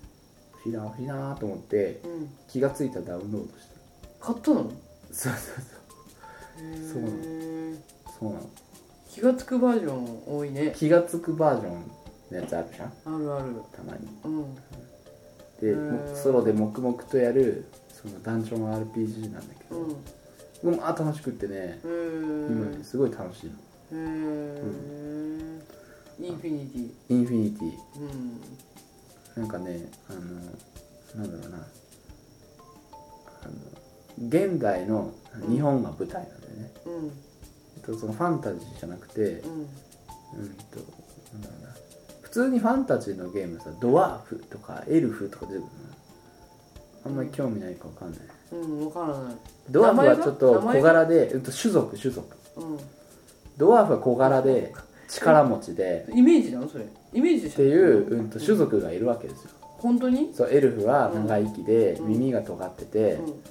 [SPEAKER 3] しいな欲しいなと思って
[SPEAKER 4] うん、
[SPEAKER 3] 気がついたらダウンロードした
[SPEAKER 4] 買ったの。
[SPEAKER 3] そうそうそうなの
[SPEAKER 4] へー
[SPEAKER 3] そうそうなの
[SPEAKER 4] 気がつくバージョン多いね。
[SPEAKER 3] 気がつくバージョンのやつあるじゃん
[SPEAKER 4] あるある。
[SPEAKER 3] たまに
[SPEAKER 4] うん、
[SPEAKER 3] で
[SPEAKER 4] うん
[SPEAKER 3] ソロで黙々とやるそのダンジョン RPG なんだけど、
[SPEAKER 4] うん、
[SPEAKER 3] うん、まあ楽しくってね
[SPEAKER 4] へ
[SPEAKER 3] 今ね
[SPEAKER 4] ー
[SPEAKER 3] すごい楽しいの
[SPEAKER 4] へーインフィニティ。
[SPEAKER 3] インフィニティ
[SPEAKER 4] うん、
[SPEAKER 3] なんかねあのなんだろうなあの現代の
[SPEAKER 4] うん
[SPEAKER 3] 日本が舞台なんだよね、
[SPEAKER 4] うん、
[SPEAKER 3] えっとそのファンタジーじゃなくて
[SPEAKER 4] うん、
[SPEAKER 3] うんとなんだろうな普通にファンタジーのゲームさドワーフとかエルフとか出てくるのあんまり興味ないかわかんない、
[SPEAKER 4] うん、わからない。
[SPEAKER 3] ドワーフ
[SPEAKER 4] 名
[SPEAKER 3] は
[SPEAKER 4] 前が
[SPEAKER 3] ちょっと
[SPEAKER 4] 名前
[SPEAKER 3] 小
[SPEAKER 4] が
[SPEAKER 3] 柄で、うんと、種族種族
[SPEAKER 4] う
[SPEAKER 3] ドワーフは小柄で力持ちで
[SPEAKER 4] ん、イメージなの、それ。イメージでし
[SPEAKER 3] っ
[SPEAKER 4] ょ
[SPEAKER 3] ていう、うん、と種族がいるわけですよ
[SPEAKER 4] 本当に。
[SPEAKER 3] そうエルフは長生きで
[SPEAKER 4] うん
[SPEAKER 3] 耳が尖ってて
[SPEAKER 4] うん、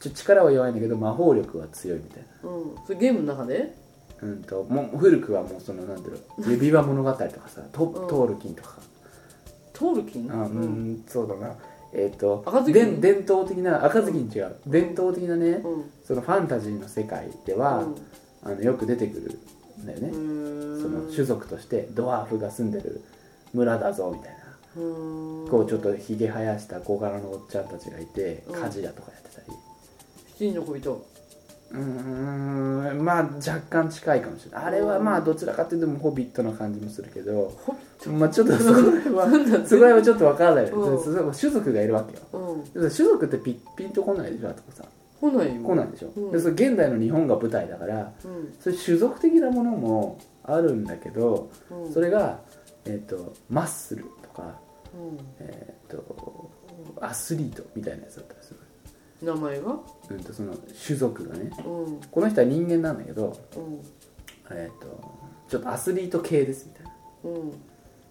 [SPEAKER 3] ちょ力は弱いんだけど魔法力は強いみたいな
[SPEAKER 4] うんそれゲームの中で
[SPEAKER 3] うんともう古くはもうそのなんだろう指輪物語とかさト,、
[SPEAKER 4] うん
[SPEAKER 3] トールキンとか
[SPEAKER 4] トールキン
[SPEAKER 3] あうん、そうだなえっ、と
[SPEAKER 4] 赤ずき
[SPEAKER 3] 伝
[SPEAKER 4] ん
[SPEAKER 3] 伝統的な赤ずきん違う、伝統的なね、
[SPEAKER 4] うん
[SPEAKER 3] そのファンタジーの世界では、あのよく出てくるんだよね、
[SPEAKER 4] うん
[SPEAKER 3] その種族としてドワーフが住んでる村だぞみたいな
[SPEAKER 4] うん
[SPEAKER 3] こうちょっとひげ生やした小柄のおっちゃんたちがいて
[SPEAKER 4] うん
[SPEAKER 3] 家事だとかやってたり
[SPEAKER 4] 七人の小人
[SPEAKER 3] うーんまあ若干近いかもしれないあれはまあどちらかというともうホビットな感じもするけど
[SPEAKER 4] ホビ
[SPEAKER 3] まあちょっとそこら辺は
[SPEAKER 4] なんだ
[SPEAKER 3] そこら辺はちょっとわからない、
[SPEAKER 4] うん
[SPEAKER 3] そそ種族がいるわけよ
[SPEAKER 4] うん
[SPEAKER 3] でも種族ってピッピンとこないでしょあとこさ
[SPEAKER 4] 来ないよ
[SPEAKER 3] 来ないでしょ、
[SPEAKER 4] うん
[SPEAKER 3] でそれ現代の日本が舞台だから
[SPEAKER 4] うん
[SPEAKER 3] そういう種族的なものもあるんだけど
[SPEAKER 4] うん
[SPEAKER 3] それが、えっとマッスルとか、
[SPEAKER 4] うん
[SPEAKER 3] えっとアスリートみたいなやつだったりする、
[SPEAKER 4] 名前が
[SPEAKER 3] うん、とその種族がね
[SPEAKER 4] うん
[SPEAKER 3] この人は人間なんだけど、
[SPEAKER 4] うん
[SPEAKER 3] えっとちょっとアスリート系ですみたい
[SPEAKER 4] うん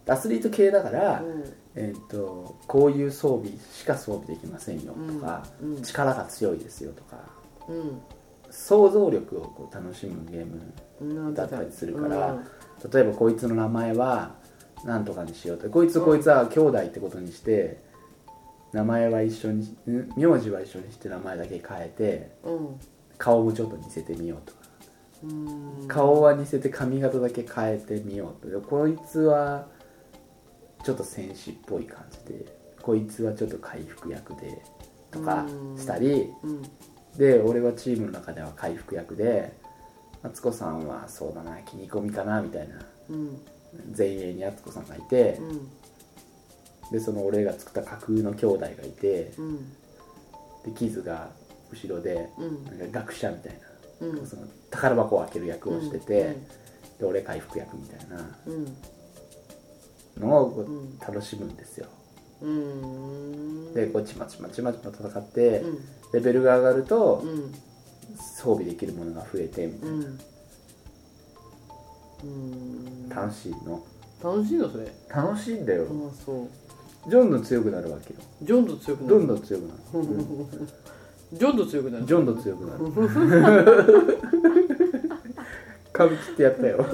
[SPEAKER 3] なアスリート系だから、
[SPEAKER 4] うん
[SPEAKER 3] えっとこういう装備しか装備できませんよとか、
[SPEAKER 4] うん
[SPEAKER 3] 力が強いですよとか
[SPEAKER 4] うん
[SPEAKER 3] 想像力をこう楽しむゲーム
[SPEAKER 4] うん
[SPEAKER 3] だったりするから例えばこいつの名前はなんとかにしようとこいつとこいつは兄弟ってことにして名前は一緒にん名字は一緒にして名前だけ変えて
[SPEAKER 4] うん
[SPEAKER 3] 顔もちょっと似せてみようとか
[SPEAKER 4] うん
[SPEAKER 3] 顔は似せて髪型だけ変えてみようとでこいつはちょっと戦士っぽい感じでこいつはちょっと回復役でとかしたり
[SPEAKER 4] うん
[SPEAKER 3] で俺はチームの中では回復役で敦子さんはそうだな切り込みかなみたいな
[SPEAKER 4] うん
[SPEAKER 3] 前衛に敦子さんがいて
[SPEAKER 4] うん
[SPEAKER 3] でその俺が作った架空の兄弟がいて
[SPEAKER 4] うん
[SPEAKER 3] でキズが後ろで
[SPEAKER 4] うん
[SPEAKER 3] なんか学者みたい
[SPEAKER 4] うん
[SPEAKER 3] なその宝箱を開ける役をしててで俺回復役みたいな
[SPEAKER 4] うん
[SPEAKER 3] のをこ
[SPEAKER 4] う
[SPEAKER 3] うん楽しむんですよ
[SPEAKER 4] うん
[SPEAKER 3] でこうちまちまちまちま戦って
[SPEAKER 4] うん
[SPEAKER 3] レベルが上がると
[SPEAKER 4] うん
[SPEAKER 3] 装備できるものが増えてみた
[SPEAKER 4] う
[SPEAKER 3] い
[SPEAKER 4] んうん
[SPEAKER 3] な楽しいの
[SPEAKER 4] 楽しいのそれ
[SPEAKER 3] 楽しいんだよ
[SPEAKER 4] あそう
[SPEAKER 3] どんどん強くなるわけよ
[SPEAKER 4] ジョンド強くなる
[SPEAKER 3] どんどん強くなる、うん
[SPEAKER 4] ジョンド強くなる
[SPEAKER 3] ジョンド強くなる歌舞伎ってやったよ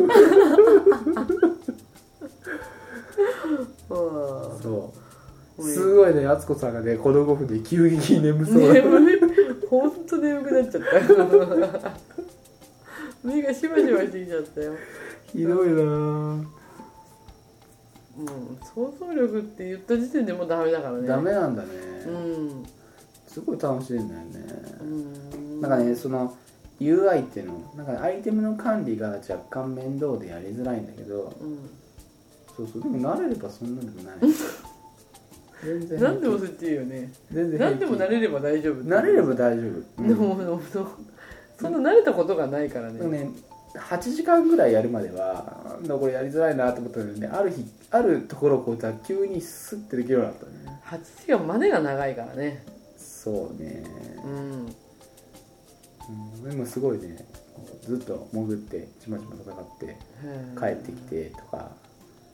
[SPEAKER 4] あ
[SPEAKER 3] そう
[SPEAKER 4] うん
[SPEAKER 3] すごいね敦子さんがねこの5分で急激に眠
[SPEAKER 4] あ
[SPEAKER 3] そうだ
[SPEAKER 4] 眠いほんと眠くなっちゃった目がしばしばしてきちゃったよ
[SPEAKER 3] ひどいなぁ
[SPEAKER 4] うん想像力って言った時点でもうダメだからね
[SPEAKER 3] ダメなんだね、
[SPEAKER 4] うん
[SPEAKER 3] すごい楽しいんだよね、
[SPEAKER 4] うん
[SPEAKER 3] なんかねその UI っていうのなんかアイテムの管理が若干面倒でやりづらいんだけど
[SPEAKER 4] うん
[SPEAKER 3] そうそうでも慣れればそんなのもない全然
[SPEAKER 4] 何でもそっちいいよね
[SPEAKER 3] 全然
[SPEAKER 4] 何でも慣れ
[SPEAKER 3] れ
[SPEAKER 4] れば大丈夫
[SPEAKER 3] 慣れれば大丈夫、うん
[SPEAKER 4] でも、でもそんな慣れたことがないからね
[SPEAKER 3] でもね8時間ぐらいやるまではなんだこれやりづらいなと思ったのにねある日あるところをこうたら急にスッてできるようになったね
[SPEAKER 4] 8時間までが長いからね
[SPEAKER 3] そうね、
[SPEAKER 4] うん
[SPEAKER 3] うん、でもすごいねずっと潜ってちまちま戦って帰ってきてとか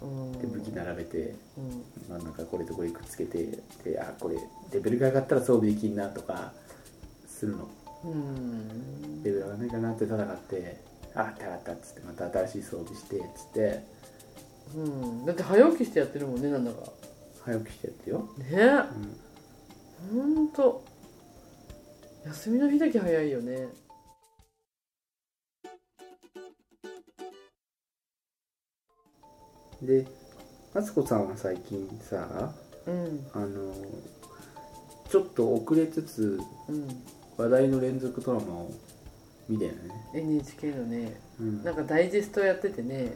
[SPEAKER 4] うん
[SPEAKER 3] で武器並べて、
[SPEAKER 4] うん
[SPEAKER 3] まあ、なんかこれとこれくっつけてであこれレベルが上がったら装備できんなとかするの
[SPEAKER 4] うん
[SPEAKER 3] レベル上がんないかなって戦ってあって上がったっつってまた新しい装備してっつって
[SPEAKER 4] うんだって早起きしてやってるもんねなんだか
[SPEAKER 3] 早くしてやってよ、
[SPEAKER 4] ね
[SPEAKER 3] うん
[SPEAKER 4] ほんと休みの日だけ早いよね
[SPEAKER 3] で敦子さんは最近さ
[SPEAKER 4] うん
[SPEAKER 3] あのちょっと遅れつつ
[SPEAKER 4] うん
[SPEAKER 3] 話題の連続ドラマを見たよね、
[SPEAKER 4] NHK のね
[SPEAKER 3] うん
[SPEAKER 4] なんかダイジェストやっててね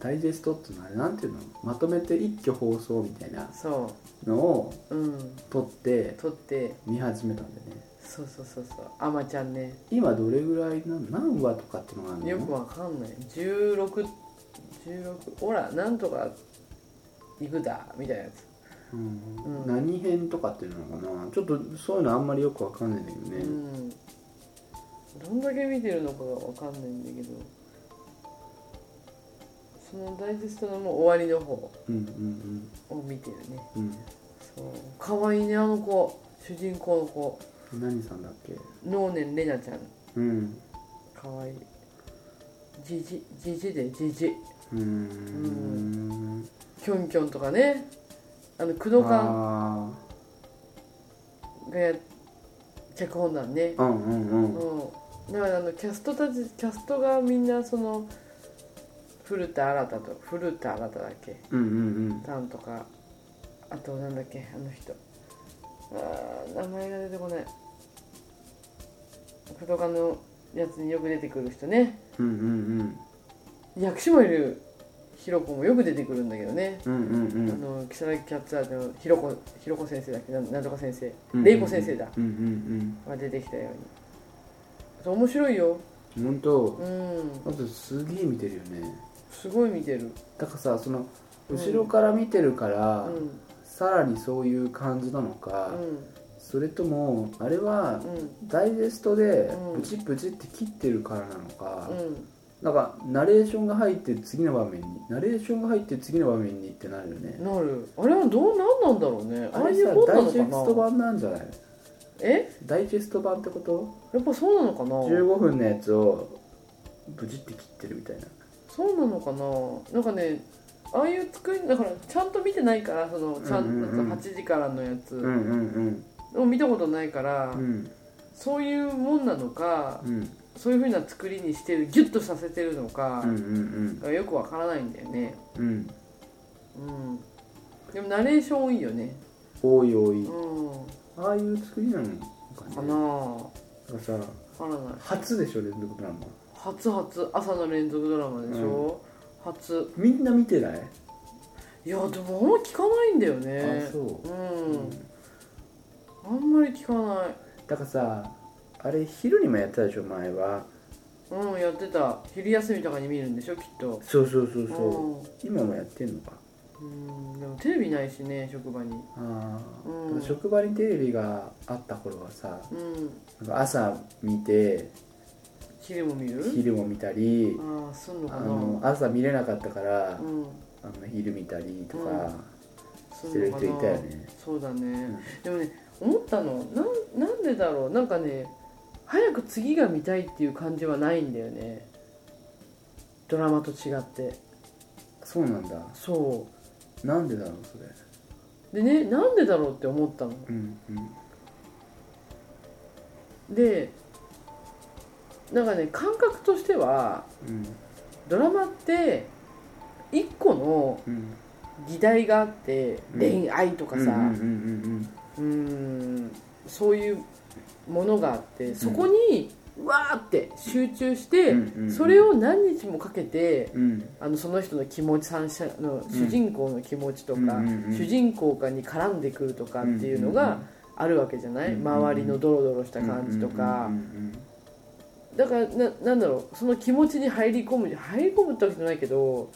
[SPEAKER 3] ダイジェストっていうのはあれなんていうのまとめて一挙放送みたいな
[SPEAKER 4] そ
[SPEAKER 3] のを
[SPEAKER 4] ううん
[SPEAKER 3] 撮って
[SPEAKER 4] 撮って
[SPEAKER 3] 見始めたんだよね
[SPEAKER 4] そうそうそうそうあまちゃんね
[SPEAKER 3] 今どれぐらいなの何話とかっていうのがあるの
[SPEAKER 4] よくわかんない1616ほらなんとか行くだみたいなやつ
[SPEAKER 3] うん
[SPEAKER 4] うん
[SPEAKER 3] 何編とかっていうのかなちょっとそういうのあんまりよくわかんないんだけどね、
[SPEAKER 4] うんどんだけ見てるのかがわかんないんだけどそのダイジェストのもう終わりの方
[SPEAKER 3] うんうん
[SPEAKER 4] を見てるね
[SPEAKER 3] うんうん
[SPEAKER 4] そうかわいいねあの子主人公の子
[SPEAKER 3] う何さんだっけ
[SPEAKER 4] 能年玲奈ち
[SPEAKER 3] う
[SPEAKER 4] ゃん
[SPEAKER 3] ん
[SPEAKER 4] かわいいじじじじでじじ
[SPEAKER 3] うーん
[SPEAKER 4] きょんきょんとかねあの工藤館
[SPEAKER 3] あ
[SPEAKER 4] がや脚本なんね
[SPEAKER 3] あうんうんうん
[SPEAKER 4] うん、だからあのキャストたちキャストがみんなその古田新太と古田新太だっけ
[SPEAKER 3] うんうん
[SPEAKER 4] さんとかあとなんだっけあの人あー名前が出てこない工藤館のやつによく出てくる人ね
[SPEAKER 3] うんうんうん
[SPEAKER 4] 薬師もいるひろ子もよく出てくるんだけどね、
[SPEAKER 3] うんうんうんうん
[SPEAKER 4] あの木更木キャッツアーのひろこひろこ先生だっけなんなんとか先生
[SPEAKER 3] うん
[SPEAKER 4] 玲子先生だ
[SPEAKER 3] うんうん
[SPEAKER 4] が出てきたようにそう面白いよ
[SPEAKER 3] うん本当
[SPEAKER 4] うん
[SPEAKER 3] あとすげえ見てるよね
[SPEAKER 4] すごい見てる
[SPEAKER 3] だからさその後ろから見てるか
[SPEAKER 4] う
[SPEAKER 3] ら、
[SPEAKER 4] ん
[SPEAKER 3] さらにそういう感じなの
[SPEAKER 4] う
[SPEAKER 3] か、
[SPEAKER 4] ん
[SPEAKER 3] それともあれは
[SPEAKER 4] うん
[SPEAKER 3] ダイジェストで
[SPEAKER 4] うん
[SPEAKER 3] ブチブチって切ってるからなのか、
[SPEAKER 4] うん
[SPEAKER 3] なんかナレーションが入って次の場面にナレーションが入って次の場面にってなるよね
[SPEAKER 4] なるあれはどうなんなんだろうねあ
[SPEAKER 3] あ
[SPEAKER 4] あ
[SPEAKER 3] れ
[SPEAKER 4] いう
[SPEAKER 3] さ
[SPEAKER 4] もんな
[SPEAKER 3] ダイ
[SPEAKER 4] の
[SPEAKER 3] ジェスト
[SPEAKER 4] かな
[SPEAKER 3] 版なんじゃない
[SPEAKER 4] え
[SPEAKER 3] ダイジェスト版ってこと
[SPEAKER 4] やっぱそうなのかな
[SPEAKER 3] 15分のやつをブチって切ってるみたいな
[SPEAKER 4] そうなのかななんかねああいう作りだからちゃんと見てないからそのちゃん、
[SPEAKER 3] うんうんうん
[SPEAKER 4] 8時からのやつ、
[SPEAKER 3] うんうん
[SPEAKER 4] を見たことないから、
[SPEAKER 3] うんうん
[SPEAKER 4] そういうもんなのか
[SPEAKER 3] うん
[SPEAKER 4] そういうふうな作りにしてるギュッとさせてるのか
[SPEAKER 3] うんう、ん
[SPEAKER 4] だからよくわからないんだよね
[SPEAKER 3] うんうん
[SPEAKER 4] うんでもナレーション多いよね
[SPEAKER 3] 多い多い
[SPEAKER 4] うん
[SPEAKER 3] ああいう作りなの
[SPEAKER 4] か
[SPEAKER 3] か
[SPEAKER 4] な
[SPEAKER 3] ね
[SPEAKER 4] わ
[SPEAKER 3] なんかさ
[SPEAKER 4] からない
[SPEAKER 3] 初でしょ連続ドラマ
[SPEAKER 4] 初初朝の連続ドラマでしょ、初
[SPEAKER 3] みんな見てない、
[SPEAKER 4] いやでもあんま聞かないんだよね
[SPEAKER 3] あそううんん
[SPEAKER 4] あんまり聞かない
[SPEAKER 3] だからさあれ昼にもやってたでしょ前は
[SPEAKER 4] うんやってた昼休みとかに見るんでしょきっと
[SPEAKER 3] そうそうそうそう今もやってんのか
[SPEAKER 4] うんうんでもテレビないしね職場に
[SPEAKER 3] ああ、
[SPEAKER 4] うん
[SPEAKER 3] 職場にテレビがあった頃はさ
[SPEAKER 4] うん
[SPEAKER 3] なんか朝見て
[SPEAKER 4] 昼も見る
[SPEAKER 3] 昼も見たり、
[SPEAKER 4] ああすんのか
[SPEAKER 3] あ
[SPEAKER 4] な
[SPEAKER 3] の朝見れなかったから、
[SPEAKER 4] うん
[SPEAKER 3] あの昼見たりとか
[SPEAKER 4] す
[SPEAKER 3] してる
[SPEAKER 4] ん
[SPEAKER 3] 人い
[SPEAKER 4] のかな
[SPEAKER 3] たよね、
[SPEAKER 4] そうだ
[SPEAKER 3] う
[SPEAKER 4] ね
[SPEAKER 3] ん
[SPEAKER 4] でもね思ったのなんなんでだろうなんかね早く次が見たいっていう感じはないんだよねドラマと違って
[SPEAKER 3] そうなんだ
[SPEAKER 4] そ
[SPEAKER 3] なんでだろうそれ
[SPEAKER 4] うでねなんでだろうって思ったの
[SPEAKER 3] うんうん
[SPEAKER 4] でなんかね感覚としては
[SPEAKER 3] うん
[SPEAKER 4] ドラマって一個の
[SPEAKER 3] うん
[SPEAKER 4] 議題があって、
[SPEAKER 3] うん
[SPEAKER 4] 恋愛とかさ
[SPEAKER 3] うんうんうん
[SPEAKER 4] うーんそういうものがあってそこにわーって集中して、
[SPEAKER 3] うんうんうん
[SPEAKER 4] それを何日もかけて
[SPEAKER 3] うんうん
[SPEAKER 4] あのその人の気持ち三者の主人公の気持ちとか、
[SPEAKER 3] うんうんうん
[SPEAKER 4] 主人公がに絡んでくるとかっていうの
[SPEAKER 3] うんうん
[SPEAKER 4] が
[SPEAKER 3] うん
[SPEAKER 4] あるわけじゃな
[SPEAKER 3] う
[SPEAKER 4] い、
[SPEAKER 3] んうんうん
[SPEAKER 4] 周りのドロドロした感じとか、
[SPEAKER 3] うんうん
[SPEAKER 4] だからななんだろうその気持ちに入り込む入り込むってわけじゃないけど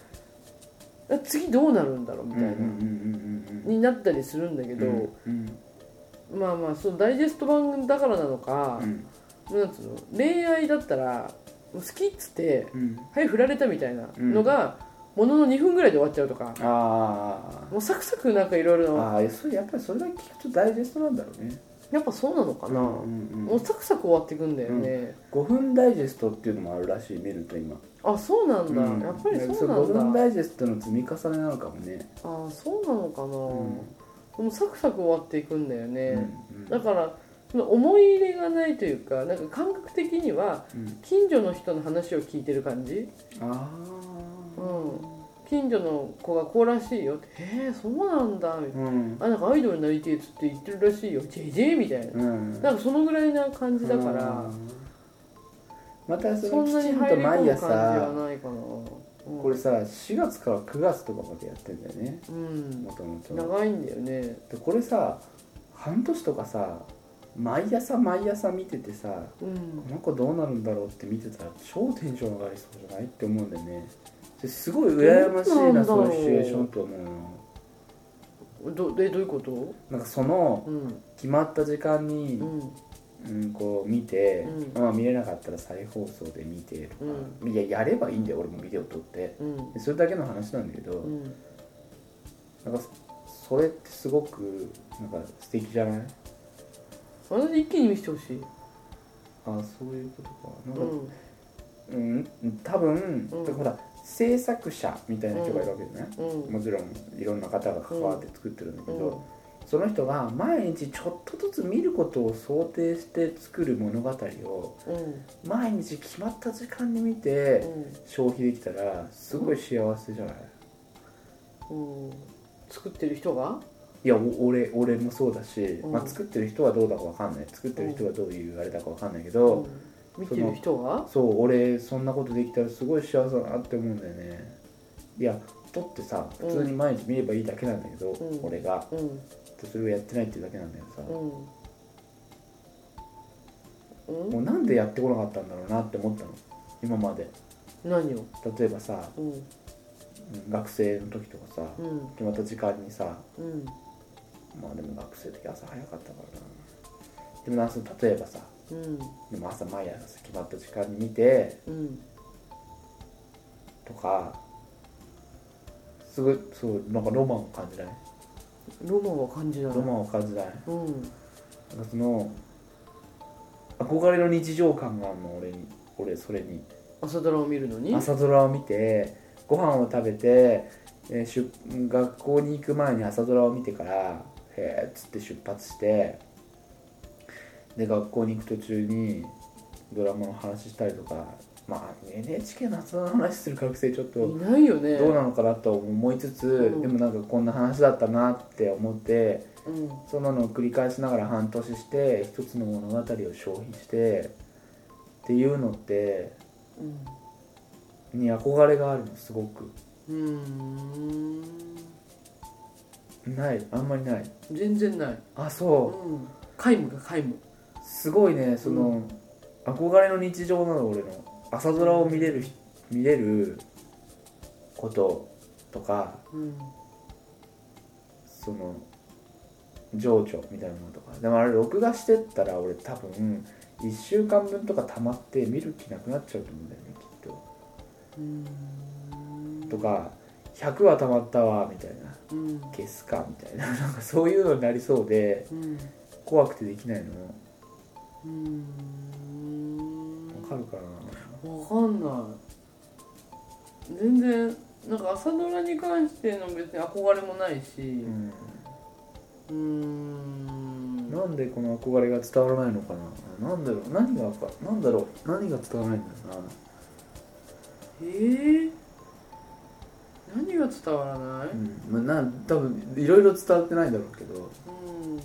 [SPEAKER 4] あ次どうなるんだろうみ
[SPEAKER 3] うん
[SPEAKER 4] たいな、
[SPEAKER 3] うんうんうんうん
[SPEAKER 4] になったりするんだけど、
[SPEAKER 3] うん
[SPEAKER 4] まあまあそのダイジェスト版だからなのか
[SPEAKER 3] う、ん
[SPEAKER 4] なんつうの恋愛だったらもう好きっつって
[SPEAKER 3] うん
[SPEAKER 4] はい振られたみたいなのが、ものの2分ぐらいで終わっちゃうとか
[SPEAKER 3] あ
[SPEAKER 4] もうサクサクなんかいろいろ
[SPEAKER 3] あ
[SPEAKER 4] な
[SPEAKER 3] ああそれやっぱりそれだけ聞くとダイジェストなんだろうね
[SPEAKER 4] やっぱそうなのかな、
[SPEAKER 3] うんうんう、
[SPEAKER 4] もうんサクサク終わっていくんだよね、
[SPEAKER 3] 5分ダイジェストっていうのもあるらしい見ると今
[SPEAKER 4] あそうなんだ、
[SPEAKER 3] うん
[SPEAKER 4] やっぱりそ
[SPEAKER 3] だから
[SPEAKER 4] う
[SPEAKER 3] 5
[SPEAKER 4] な
[SPEAKER 3] 分
[SPEAKER 4] んだ
[SPEAKER 3] ダイジェストの積み重ねなのかもね
[SPEAKER 4] あそうなのかな、
[SPEAKER 3] う
[SPEAKER 4] もうサクサク終わっていくんだよ
[SPEAKER 3] ん
[SPEAKER 4] ね、
[SPEAKER 3] うん
[SPEAKER 4] だからその思い入れがないというかなんか感覚的には
[SPEAKER 3] うん
[SPEAKER 4] 近所の人の話を聞いてる感じ、
[SPEAKER 3] あ
[SPEAKER 4] う
[SPEAKER 3] あ
[SPEAKER 4] ん、近所の子がこうらしいよって「へえそうなんだ」みたいな。
[SPEAKER 3] うん
[SPEAKER 4] あなんかアイドルになりてえっつって言ってるらしいよ JJ みたいな
[SPEAKER 3] うん
[SPEAKER 4] なんかそのぐらいな感じだから
[SPEAKER 3] またそ
[SPEAKER 4] そ
[SPEAKER 3] の
[SPEAKER 4] ん
[SPEAKER 3] き
[SPEAKER 4] な
[SPEAKER 3] ち
[SPEAKER 4] に
[SPEAKER 3] ん
[SPEAKER 4] 入
[SPEAKER 3] と
[SPEAKER 4] り込む
[SPEAKER 3] 毎
[SPEAKER 4] 感じは
[SPEAKER 3] 朝
[SPEAKER 4] ないかな、うん、
[SPEAKER 3] これさ4月から9月とかまでやってんだよね
[SPEAKER 4] うん
[SPEAKER 3] もともと
[SPEAKER 4] 長いんだよね
[SPEAKER 3] でこれさ半年とかさ毎朝毎朝見ててさ
[SPEAKER 4] うん
[SPEAKER 3] なんかどうなるんだろうって見てたら超テンション上がりそうじゃないって思うんだよねですごい羨ましい
[SPEAKER 4] どうな
[SPEAKER 3] なん
[SPEAKER 4] だろ
[SPEAKER 3] そうういうシチュエーションと思うの
[SPEAKER 4] どえどういうこと
[SPEAKER 3] なんかその
[SPEAKER 4] うん
[SPEAKER 3] 決まった時間に、
[SPEAKER 4] う
[SPEAKER 3] うん
[SPEAKER 4] ん
[SPEAKER 3] こう見て、
[SPEAKER 4] う
[SPEAKER 3] まあ、見れなかったら再放送で見てとか、いややればいいんだよ俺もビデオ撮って
[SPEAKER 4] うん
[SPEAKER 3] それだけの話なんだけど、
[SPEAKER 4] うん
[SPEAKER 3] なんかそれってすごくなんか素敵じゃない
[SPEAKER 4] それで一気に見せてほしい
[SPEAKER 3] あそういうことかなん
[SPEAKER 4] う
[SPEAKER 3] か
[SPEAKER 4] ん
[SPEAKER 3] うん、多分、
[SPEAKER 4] うん
[SPEAKER 3] ほら制作者みたいな人がいるわけじゃない、
[SPEAKER 4] うんうん
[SPEAKER 3] もちろんいろんな方が関わって作ってるんだけど、その人が毎日ちょっとずつ見ることを想定して作る物語を
[SPEAKER 4] うん
[SPEAKER 3] 毎日決まった時間に見て消費できたらすごい幸せじゃない
[SPEAKER 4] うんうん作ってる人が
[SPEAKER 3] いやお俺俺もそうだし、
[SPEAKER 4] ん
[SPEAKER 3] まあ、作ってる人はどうだかわかんない作ってる人がどういうあれだかわかんないけ
[SPEAKER 4] うん
[SPEAKER 3] ど、
[SPEAKER 4] 見てる人が
[SPEAKER 3] そう俺そんなことできたらすごい幸せだなって思うんだよねいや撮ってさ
[SPEAKER 4] うん
[SPEAKER 3] 普通に毎日見ればいいだけなんだけど、
[SPEAKER 4] うん
[SPEAKER 3] 俺が
[SPEAKER 4] うん
[SPEAKER 3] それをやってないっていうだけなんだけどさ、
[SPEAKER 4] うんう
[SPEAKER 3] もう
[SPEAKER 4] ん
[SPEAKER 3] なんでやってこなかったんだろうなって思ったの今まで
[SPEAKER 4] 何を
[SPEAKER 3] 例えばさ
[SPEAKER 4] う
[SPEAKER 3] う
[SPEAKER 4] ん
[SPEAKER 3] ん学生の時とかさ、
[SPEAKER 4] うん
[SPEAKER 3] 決まった時間にさ
[SPEAKER 4] うん
[SPEAKER 3] まあでも学生の時朝早かったからなでもなんかその例えばさ
[SPEAKER 4] うん
[SPEAKER 3] でも朝毎朝決まった時間に見て
[SPEAKER 4] うん
[SPEAKER 3] とかすごいそうなんかロマンを感じない
[SPEAKER 4] ロマンは感じない
[SPEAKER 3] ロマンを感じない
[SPEAKER 4] うん
[SPEAKER 3] なんかその憧れの日常感があるの俺に俺それに
[SPEAKER 4] 朝ドラを見るのに
[SPEAKER 3] 朝ドラを見てご飯を食べて、えー出学校に行く前に朝ドラを見てから「へえ」っつって出発してで学校に行く途中にドラマの話したりとかまあ NHK の朝ドラの話する学生ちょっと
[SPEAKER 4] いないよね
[SPEAKER 3] どうなのかなと思いつつ、
[SPEAKER 4] うん
[SPEAKER 3] でもなんかこんな話だったなって思って
[SPEAKER 4] うん
[SPEAKER 3] そんなのを繰り返しながら半年して一つの物語を消費してっていうのって
[SPEAKER 4] うん
[SPEAKER 3] に憧れがあるのすごく
[SPEAKER 4] うーん
[SPEAKER 3] ないあんまりない
[SPEAKER 4] 全然ない
[SPEAKER 3] あ
[SPEAKER 4] う
[SPEAKER 3] そ
[SPEAKER 4] ん皆無か皆無
[SPEAKER 3] うすごいねその、
[SPEAKER 4] う
[SPEAKER 3] 憧れの日常なの俺の朝ドラを見れる見れることとか
[SPEAKER 4] うん
[SPEAKER 3] その情緒みたいなものとかでもあれ録画してったら俺多分1週間分とか溜まって見る気なくなっちゃうと思うんだよねきっ
[SPEAKER 4] うん
[SPEAKER 3] ととか100は溜まったわみたいな
[SPEAKER 4] うん
[SPEAKER 3] 消すかみたいななんかそういうのになりそうで
[SPEAKER 4] うん
[SPEAKER 3] 怖くてできないの
[SPEAKER 4] うん
[SPEAKER 3] わかるかな
[SPEAKER 4] わかんない全然なんか朝ドラに関しての別に憧れもないし
[SPEAKER 3] うん
[SPEAKER 4] うーん
[SPEAKER 3] なんでこの憧れが伝わらないのかななんだろう何がわかなんだろう何が伝わらないんだろうな
[SPEAKER 4] えー、何が伝わらない
[SPEAKER 3] うんまあなん多分いろいろ伝わってないんだろうけど
[SPEAKER 4] うん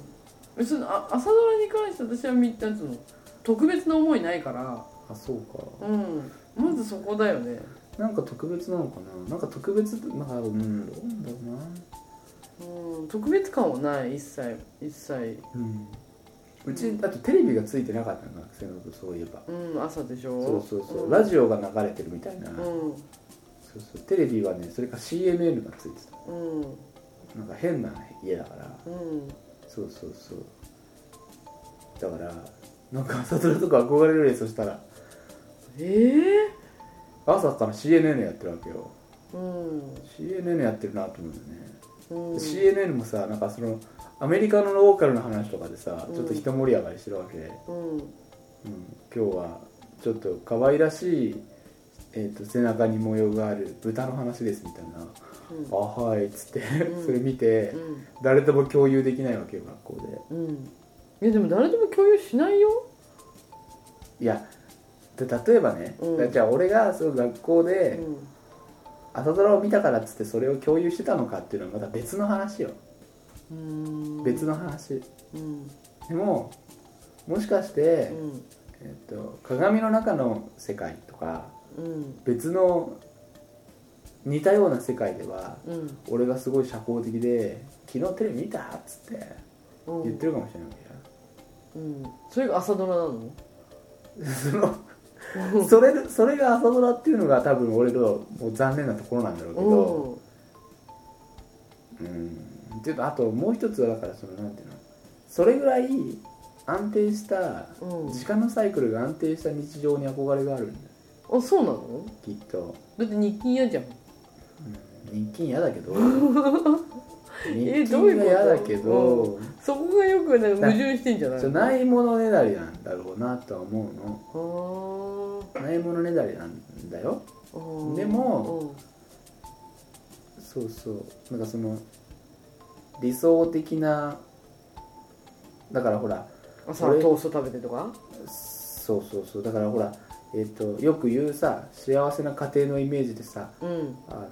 [SPEAKER 4] 別にあ朝ドラに関して私は見たつうの特別な思いないから
[SPEAKER 3] あそうか
[SPEAKER 4] うんまずそこだよね
[SPEAKER 3] なんか特別なのかななんか特別なんかうんどうなんだろうな
[SPEAKER 4] うん特別感はない一切一切
[SPEAKER 3] うんうちだってテレビがついてなかったの学生の頃そういえば
[SPEAKER 4] うん朝でしょ
[SPEAKER 3] そうそうそう、
[SPEAKER 4] ん
[SPEAKER 3] ラジオが流れてるみたいな、
[SPEAKER 4] う
[SPEAKER 3] そうそうテレビはねそれか CNN がついて
[SPEAKER 4] んうん
[SPEAKER 3] たなんか変な家だから
[SPEAKER 4] うん
[SPEAKER 3] そうそうそうだからなんか朝ドラとか憧れるねそしたら
[SPEAKER 4] え
[SPEAKER 3] 朝から CNN やってるわけよ
[SPEAKER 4] えうん、
[SPEAKER 3] CNN やってるなと思うんだよね
[SPEAKER 4] うん、
[SPEAKER 3] CNN もさなんかそのアメリカのローカルの話とかでさ、
[SPEAKER 4] うん
[SPEAKER 3] ちょっと一盛り上がりしてるわけで、
[SPEAKER 4] う
[SPEAKER 3] う
[SPEAKER 4] ん
[SPEAKER 3] ん、今日はちょっと可愛らしい、えー、と背中に模様がある豚の話ですみたいな「
[SPEAKER 4] うん
[SPEAKER 3] あはい」っつって、
[SPEAKER 4] う ん
[SPEAKER 3] それ見て、誰とも共有できないわけよ学校で
[SPEAKER 4] うんうんいやでも誰でも共有しないよ
[SPEAKER 3] いやで例えばね、
[SPEAKER 4] うん
[SPEAKER 3] だじゃあ俺がその学校
[SPEAKER 4] う
[SPEAKER 3] で
[SPEAKER 4] ん
[SPEAKER 3] 朝ドラを見たからっつってそれを共有してたのかっていうのはまた別の話よ、
[SPEAKER 4] うん
[SPEAKER 3] 別の話
[SPEAKER 4] うん
[SPEAKER 3] でももしかして、
[SPEAKER 4] うん
[SPEAKER 3] えっと、鏡の中の世界とか
[SPEAKER 4] うん
[SPEAKER 3] 別の似たような世界では
[SPEAKER 4] うん
[SPEAKER 3] 俺がすごい社交的で「昨日テレビ見た?」っつって
[SPEAKER 4] うん
[SPEAKER 3] 言ってるかもしれないわけ
[SPEAKER 4] うんそれが朝ドラなの
[SPEAKER 3] どそのそれそれが朝ドラっていうのが多分俺のもう残念なところなんだろうけどうんっていうとあともう一つはだからそのなんていうのそれぐらい安定した
[SPEAKER 4] うんうん
[SPEAKER 3] 時間のサイクルが安定した日常に憧れがあるんだよ
[SPEAKER 4] あそうなの
[SPEAKER 3] きっと、
[SPEAKER 4] だって日勤嫌じゃん
[SPEAKER 3] うん、日勤嫌だけど日
[SPEAKER 4] えどう
[SPEAKER 3] 勤
[SPEAKER 4] いう
[SPEAKER 3] は嫌
[SPEAKER 4] こと
[SPEAKER 3] だけど、
[SPEAKER 4] そこがよくなんか矛盾してんじゃない
[SPEAKER 3] そう
[SPEAKER 4] の
[SPEAKER 3] ないものねだりなんだろうなとは思うの
[SPEAKER 4] あー
[SPEAKER 3] ないものねだりなんだよ
[SPEAKER 4] あー
[SPEAKER 3] でもそうそうなんかその理想的なだからほら
[SPEAKER 4] うん朝はトースト食べてとか
[SPEAKER 3] そうそうそうだからほらえっ、とよく言うさ幸せな家庭のイメージでさ
[SPEAKER 4] うん
[SPEAKER 3] あの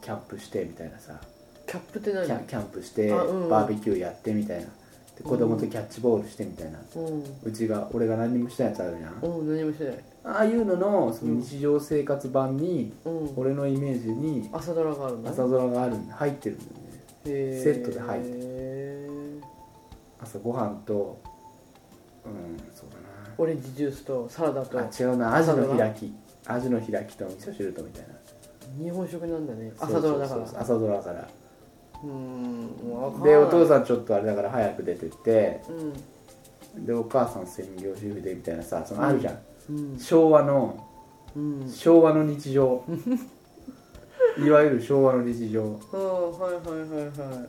[SPEAKER 3] キャンプしてみたいなさ
[SPEAKER 4] キャップって何
[SPEAKER 3] キャンキャンプして
[SPEAKER 4] あうんうん
[SPEAKER 3] バーベキューやってみたいなで子供とキャッチボールしてみたいな、
[SPEAKER 4] うん
[SPEAKER 3] うちが俺が何にもしたやつあるじゃん、
[SPEAKER 4] うん何もしてない
[SPEAKER 3] ああいうののその
[SPEAKER 4] うん
[SPEAKER 3] 日常生活版に
[SPEAKER 4] うん
[SPEAKER 3] 俺のイメージに
[SPEAKER 4] 朝ドラがあるの
[SPEAKER 3] 朝ドラがあるん入ってるんだよね
[SPEAKER 4] へー
[SPEAKER 3] セットで入って
[SPEAKER 4] へー
[SPEAKER 3] 朝ごはんとうんそう
[SPEAKER 4] オレンジジュースとサラダと
[SPEAKER 3] だなあ違うなアジの開きアジの開きと味噌汁とみたいな
[SPEAKER 4] 日本食なんだね朝ドラだか
[SPEAKER 3] そうそ
[SPEAKER 4] ら
[SPEAKER 3] うそう朝ドラだから
[SPEAKER 4] うーんわかんない
[SPEAKER 3] でお父さんちょっとあれだから早く出てって
[SPEAKER 4] うん
[SPEAKER 3] でお母さん専業主婦でみたいなさそのあるじゃん、
[SPEAKER 4] うん
[SPEAKER 3] 昭和の
[SPEAKER 4] うんうん
[SPEAKER 3] 昭和の日常いわゆる昭和の日常
[SPEAKER 4] はいはいはいはい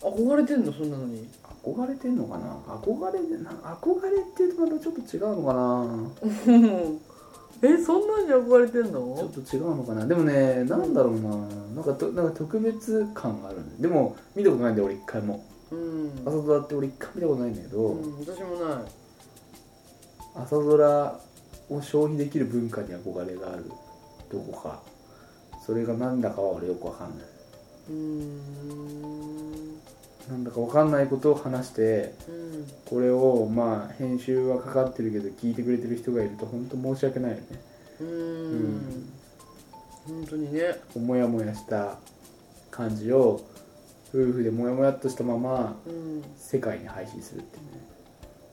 [SPEAKER 4] 憧れてんのそんなのに
[SPEAKER 3] 憧れてんのかな憧れでな憧れっていうとまたちょっと違うのかな
[SPEAKER 4] えそんなんに憧れてん
[SPEAKER 3] ちょっ
[SPEAKER 4] の
[SPEAKER 3] と違うのかなでもねなんだろうななんかとなんか特別感があるねでも見たことないんだよ俺一回も
[SPEAKER 4] うん、
[SPEAKER 3] 朝ドラって俺一回見たことないんだけど、
[SPEAKER 4] うん、私もない
[SPEAKER 3] 朝ドラを消費できる文化に憧れがあるどこかそれがなんだかは俺よくわかんないう
[SPEAKER 4] ーん
[SPEAKER 3] なんだかわかんないことを話して
[SPEAKER 4] うん
[SPEAKER 3] これをまあ編集はかかってるけど聞いてくれてる人がいると本当申し訳ないよね
[SPEAKER 4] うーん本当にね
[SPEAKER 3] モヤモヤした感じを夫婦でモヤモヤっとしたまま
[SPEAKER 4] うん
[SPEAKER 3] 世界に配信するっ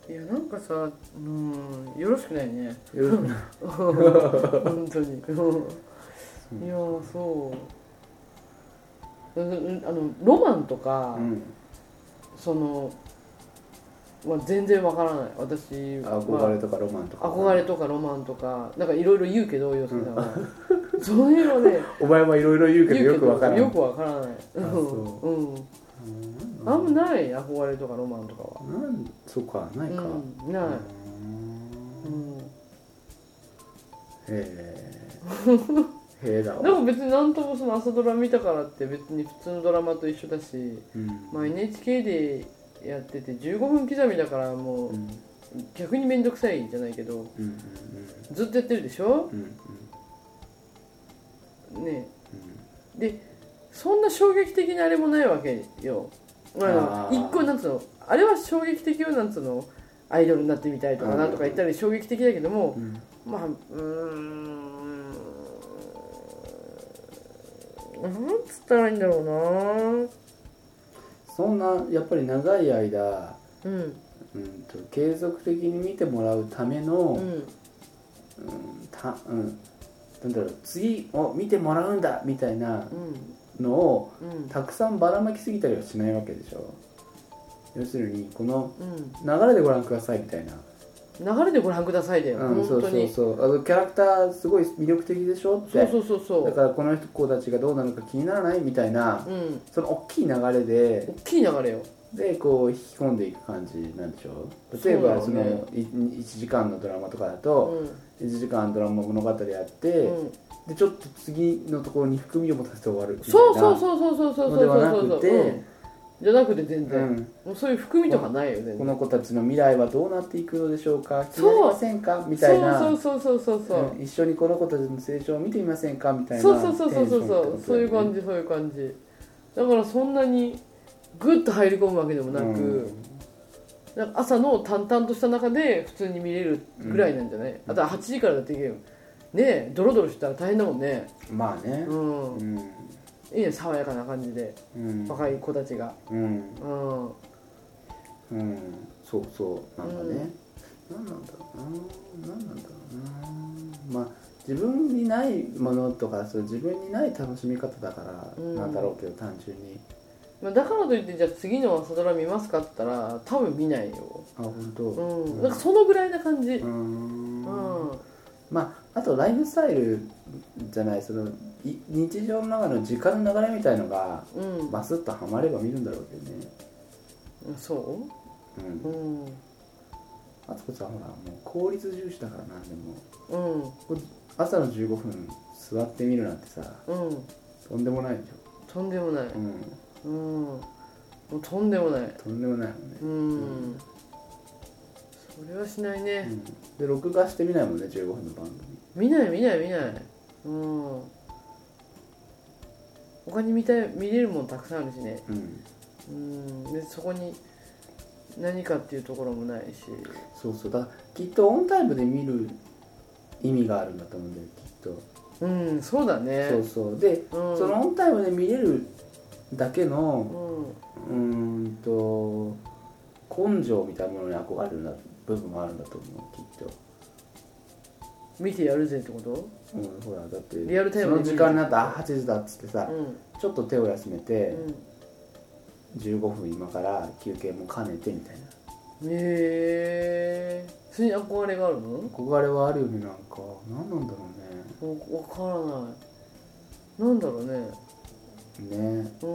[SPEAKER 3] ていう
[SPEAKER 4] いやなんかさうんよろしくない ね
[SPEAKER 3] ねよろしくな
[SPEAKER 4] 本当にいやーそううんうんあのロマンとか、
[SPEAKER 3] うん
[SPEAKER 4] その、まあ、全然わからない私は
[SPEAKER 3] 憧れとかロマンとか
[SPEAKER 4] 憧れとかロマンとかなんかいろいろ言うけど洋介さんは、 そういうのね
[SPEAKER 3] お前はいろいろ言うけどよくわ
[SPEAKER 4] わ
[SPEAKER 3] からん
[SPEAKER 4] よくわからない
[SPEAKER 3] あそう
[SPEAKER 4] うん、
[SPEAKER 3] うん
[SPEAKER 4] あんまない憧れとかロマンとかは
[SPEAKER 3] なんそうかないか、
[SPEAKER 4] うんない、
[SPEAKER 3] う
[SPEAKER 4] う
[SPEAKER 3] へ
[SPEAKER 4] んん、
[SPEAKER 3] えへえ だわ
[SPEAKER 4] なんか別になんともその朝ドラ見たからって別に普通のドラマと一緒だし、
[SPEAKER 3] うん
[SPEAKER 4] まあ、NHK でやってて15分刻みだからも
[SPEAKER 3] う
[SPEAKER 4] うん逆に面倒くさいじゃないけど
[SPEAKER 3] うん
[SPEAKER 4] ずっとやってるでしょ
[SPEAKER 3] うんうんうん
[SPEAKER 4] ねえでそんな衝撃的なあれもないわけよあ
[SPEAKER 3] あ
[SPEAKER 4] の
[SPEAKER 3] ー
[SPEAKER 4] 一個なんつうのあれは衝撃的よなんつうのアイドルになってみたいとか
[SPEAKER 3] うん
[SPEAKER 4] なんとか言ったり衝撃的だけども
[SPEAKER 3] うんうん
[SPEAKER 4] まあうーんなんつったらいいんだろう
[SPEAKER 3] そんなやっぱり長い間、
[SPEAKER 4] なうん
[SPEAKER 3] うん、と継続的に見てもらうための、
[SPEAKER 4] うん
[SPEAKER 3] たうん、なんだろう次を見てもらうんだみたいな
[SPEAKER 4] うん
[SPEAKER 3] のを
[SPEAKER 4] うん
[SPEAKER 3] たくさんばらまきすぎたりはしないわけでしょ要するにこの
[SPEAKER 4] うん
[SPEAKER 3] 流れでご覧くださいみたいな、
[SPEAKER 4] 流れでご覧くださいだよ、
[SPEAKER 3] うん、そう
[SPEAKER 4] 本当
[SPEAKER 3] そう
[SPEAKER 4] に
[SPEAKER 3] そうあのキャラクターすごい魅力的でしょって
[SPEAKER 4] そうそうそうそう
[SPEAKER 3] だからこの子たちがどうなのか気にならないみたいな
[SPEAKER 4] うん
[SPEAKER 3] その大きい流れで
[SPEAKER 4] 大きい流れよ
[SPEAKER 3] でこう引き込んでいく感じなんでしょ
[SPEAKER 4] そうだ
[SPEAKER 3] 例え
[SPEAKER 4] よね
[SPEAKER 3] ばそのい1時間のドラマとかだ
[SPEAKER 4] う
[SPEAKER 3] と
[SPEAKER 4] ん
[SPEAKER 3] 1時間ドラマ物語やって、
[SPEAKER 4] うん
[SPEAKER 3] でちょっと次のところに含みを持たせて終わるみたいな
[SPEAKER 4] そうそうそうそうそうそうそうそうそう
[SPEAKER 3] のではなくて
[SPEAKER 4] うんじゃなくて全
[SPEAKER 3] う
[SPEAKER 4] 然、
[SPEAKER 3] ん、
[SPEAKER 4] もうそういう含みとかないよ全
[SPEAKER 3] こ
[SPEAKER 4] 然
[SPEAKER 3] の子たちの未来はどうなっていくのでしょうか気
[SPEAKER 4] そ
[SPEAKER 3] に
[SPEAKER 4] う
[SPEAKER 3] なりませんかみたいな
[SPEAKER 4] そうそうそうそうそう、
[SPEAKER 3] うん一緒にこの子たちの成長を見てみませんかみたいな
[SPEAKER 4] そうそうそうそうそうそ
[SPEAKER 3] テン
[SPEAKER 4] う
[SPEAKER 3] シ
[SPEAKER 4] そう
[SPEAKER 3] ョン
[SPEAKER 4] い
[SPEAKER 3] ってこ
[SPEAKER 4] う
[SPEAKER 3] とだよ
[SPEAKER 4] 感
[SPEAKER 3] ね
[SPEAKER 4] じそういう感じだからそんなにグッと入り込むわけでもなく、なんか朝の淡々とした中で普通に見れるぐらいなんじゃない、あとは8時からだってゲームねえドロドロしたら大変だもんね
[SPEAKER 3] うんまあね
[SPEAKER 4] うん、
[SPEAKER 3] うん
[SPEAKER 4] いいね爽やかな感じで
[SPEAKER 3] うん
[SPEAKER 4] 若い子たちが
[SPEAKER 3] うん
[SPEAKER 4] うん
[SPEAKER 3] うんそうそうなんかね、なん、なんだろうななんなんだろうなまあ自分にないものとかそう自分にない楽しみ方だから
[SPEAKER 4] うん
[SPEAKER 3] なんだろうけど、単純に
[SPEAKER 4] まあだからといってじゃあ次の朝ドラ見ますかって言ったら多分見ないよ
[SPEAKER 3] あ本当
[SPEAKER 4] うん
[SPEAKER 3] うん
[SPEAKER 4] なんかそのぐらいな感じ
[SPEAKER 3] うーん
[SPEAKER 4] うん
[SPEAKER 3] まああとライフスタイルじゃないそのい日常の中の時間の流れみたいのが
[SPEAKER 4] うん、
[SPEAKER 3] バスッとはまれば見るんだろうけどね、
[SPEAKER 4] そ
[SPEAKER 3] うん
[SPEAKER 4] ううん
[SPEAKER 3] あつこさんほらもう効率重視だからなでも
[SPEAKER 4] うん
[SPEAKER 3] こ朝の15分座ってみるなんてさ
[SPEAKER 4] うん
[SPEAKER 3] とんでもないでし
[SPEAKER 4] とんでもない
[SPEAKER 3] ょ、うん、
[SPEAKER 4] うんもうとんでもない
[SPEAKER 3] とんでもないもんね、
[SPEAKER 4] うんそれはしないね、
[SPEAKER 3] うんで録画してみないもんね15分の番組
[SPEAKER 4] 見ない見ない見ないうん他に見たい見れるもんたくさんあるしね
[SPEAKER 3] うん
[SPEAKER 4] うんでそこに何かっていうところもないし
[SPEAKER 3] そうそうだからきっとオンタイムで見る意味があるんだと思うんだよきっと
[SPEAKER 4] うんそうだね
[SPEAKER 3] そうそうで、
[SPEAKER 4] うん
[SPEAKER 3] そのオンタイムで見れるだけ
[SPEAKER 4] う
[SPEAKER 3] のう
[SPEAKER 4] ん
[SPEAKER 3] ーんと根性みたいなものに憧れるな部分があるんだと思うきっ
[SPEAKER 4] 見てやるぜってこと
[SPEAKER 3] と、うん、ほらだって
[SPEAKER 4] リアルタイム
[SPEAKER 3] その
[SPEAKER 4] で見る
[SPEAKER 3] 時間になったあ8時だっつってさ、
[SPEAKER 4] うん
[SPEAKER 3] ちょっと手を休めて、
[SPEAKER 4] う
[SPEAKER 3] 15分今から休憩も兼ねてみたいなん
[SPEAKER 4] へえそれに憧れがあるの
[SPEAKER 3] 憧れはあるよねなんか何なんだろ
[SPEAKER 4] わわからないなんだろうね
[SPEAKER 3] うねね
[SPEAKER 4] う
[SPEAKER 3] なんだろ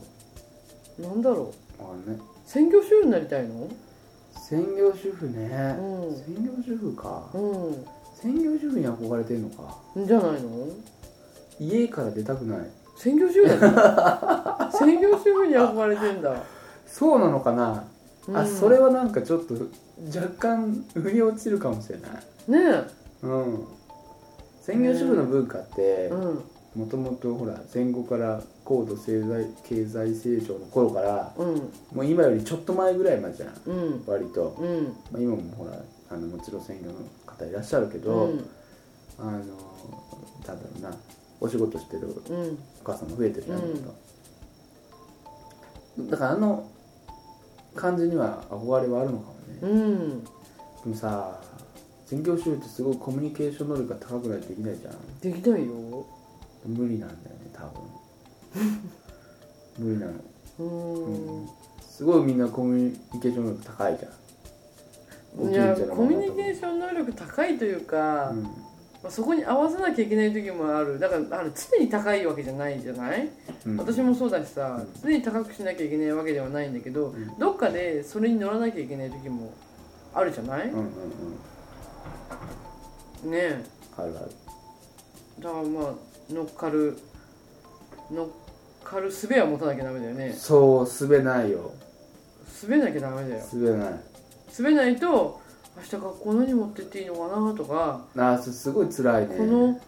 [SPEAKER 4] んなんだろう
[SPEAKER 3] うわかんない
[SPEAKER 4] 専業主婦になりたいの
[SPEAKER 3] 専業主婦ね、
[SPEAKER 4] うん
[SPEAKER 3] 専業主婦か、
[SPEAKER 4] う
[SPEAKER 3] 専業主婦に憧れてんのか
[SPEAKER 4] んじゃないの
[SPEAKER 3] 家から出たくない
[SPEAKER 4] 専業主婦だ ね専業主婦に憧れてんだ、
[SPEAKER 3] そうなのかな、
[SPEAKER 4] うん
[SPEAKER 3] あそれはなんかちょっと若干腑に落ちるかもしれない
[SPEAKER 4] ね
[SPEAKER 3] うん専業主婦の文化って
[SPEAKER 4] えうん
[SPEAKER 3] もともとほら戦後から高度経済経済成長の頃から
[SPEAKER 4] うん
[SPEAKER 3] もう今よりちょっと前ぐらいまでじゃん
[SPEAKER 4] うん
[SPEAKER 3] 割と、
[SPEAKER 4] うん
[SPEAKER 3] まあ、今もほらあのもちろん専業の方いらっしゃるけ
[SPEAKER 4] う
[SPEAKER 3] ど、
[SPEAKER 4] ん
[SPEAKER 3] あのなんだろうなお仕事してる
[SPEAKER 4] うん
[SPEAKER 3] お母さんも増えてるじゃん、だからあの感じには憧れはあるのかもね、
[SPEAKER 4] うん
[SPEAKER 3] でもさ専業主婦ってすごいコミュニケーション能力が高くないとできないじゃん
[SPEAKER 4] できないよ
[SPEAKER 3] 無理なんだよね多 分無理なの、
[SPEAKER 4] う
[SPEAKER 3] うんん、すごいみんなコミュニケーション能力高いじゃん
[SPEAKER 4] いや
[SPEAKER 3] 大きいんじゃないかなと
[SPEAKER 4] コミュニケーション能力高いというか、
[SPEAKER 3] うん
[SPEAKER 4] まあ、そこに合わせなきゃいけない時もあるだからあれ常に高いわけじゃないじゃない、
[SPEAKER 3] うん
[SPEAKER 4] 私もそうだしさ、
[SPEAKER 3] うん
[SPEAKER 4] 常に高くしなきゃいけないわけではないんだけど、
[SPEAKER 3] ん
[SPEAKER 4] どっかでそれに乗らなきゃいけない時もあるじゃない、
[SPEAKER 3] うんうんうん
[SPEAKER 4] ねえ
[SPEAKER 3] あるある
[SPEAKER 4] だからまあ乗っかる乗っかる術は持たなきゃダメだよね
[SPEAKER 3] そう滑ないよ
[SPEAKER 4] 滑んなきゃダメだよ
[SPEAKER 3] 滑ない
[SPEAKER 4] 滑ないと明日学校何持ってっていいのかなとか、
[SPEAKER 3] あーそすごい辛いね
[SPEAKER 4] この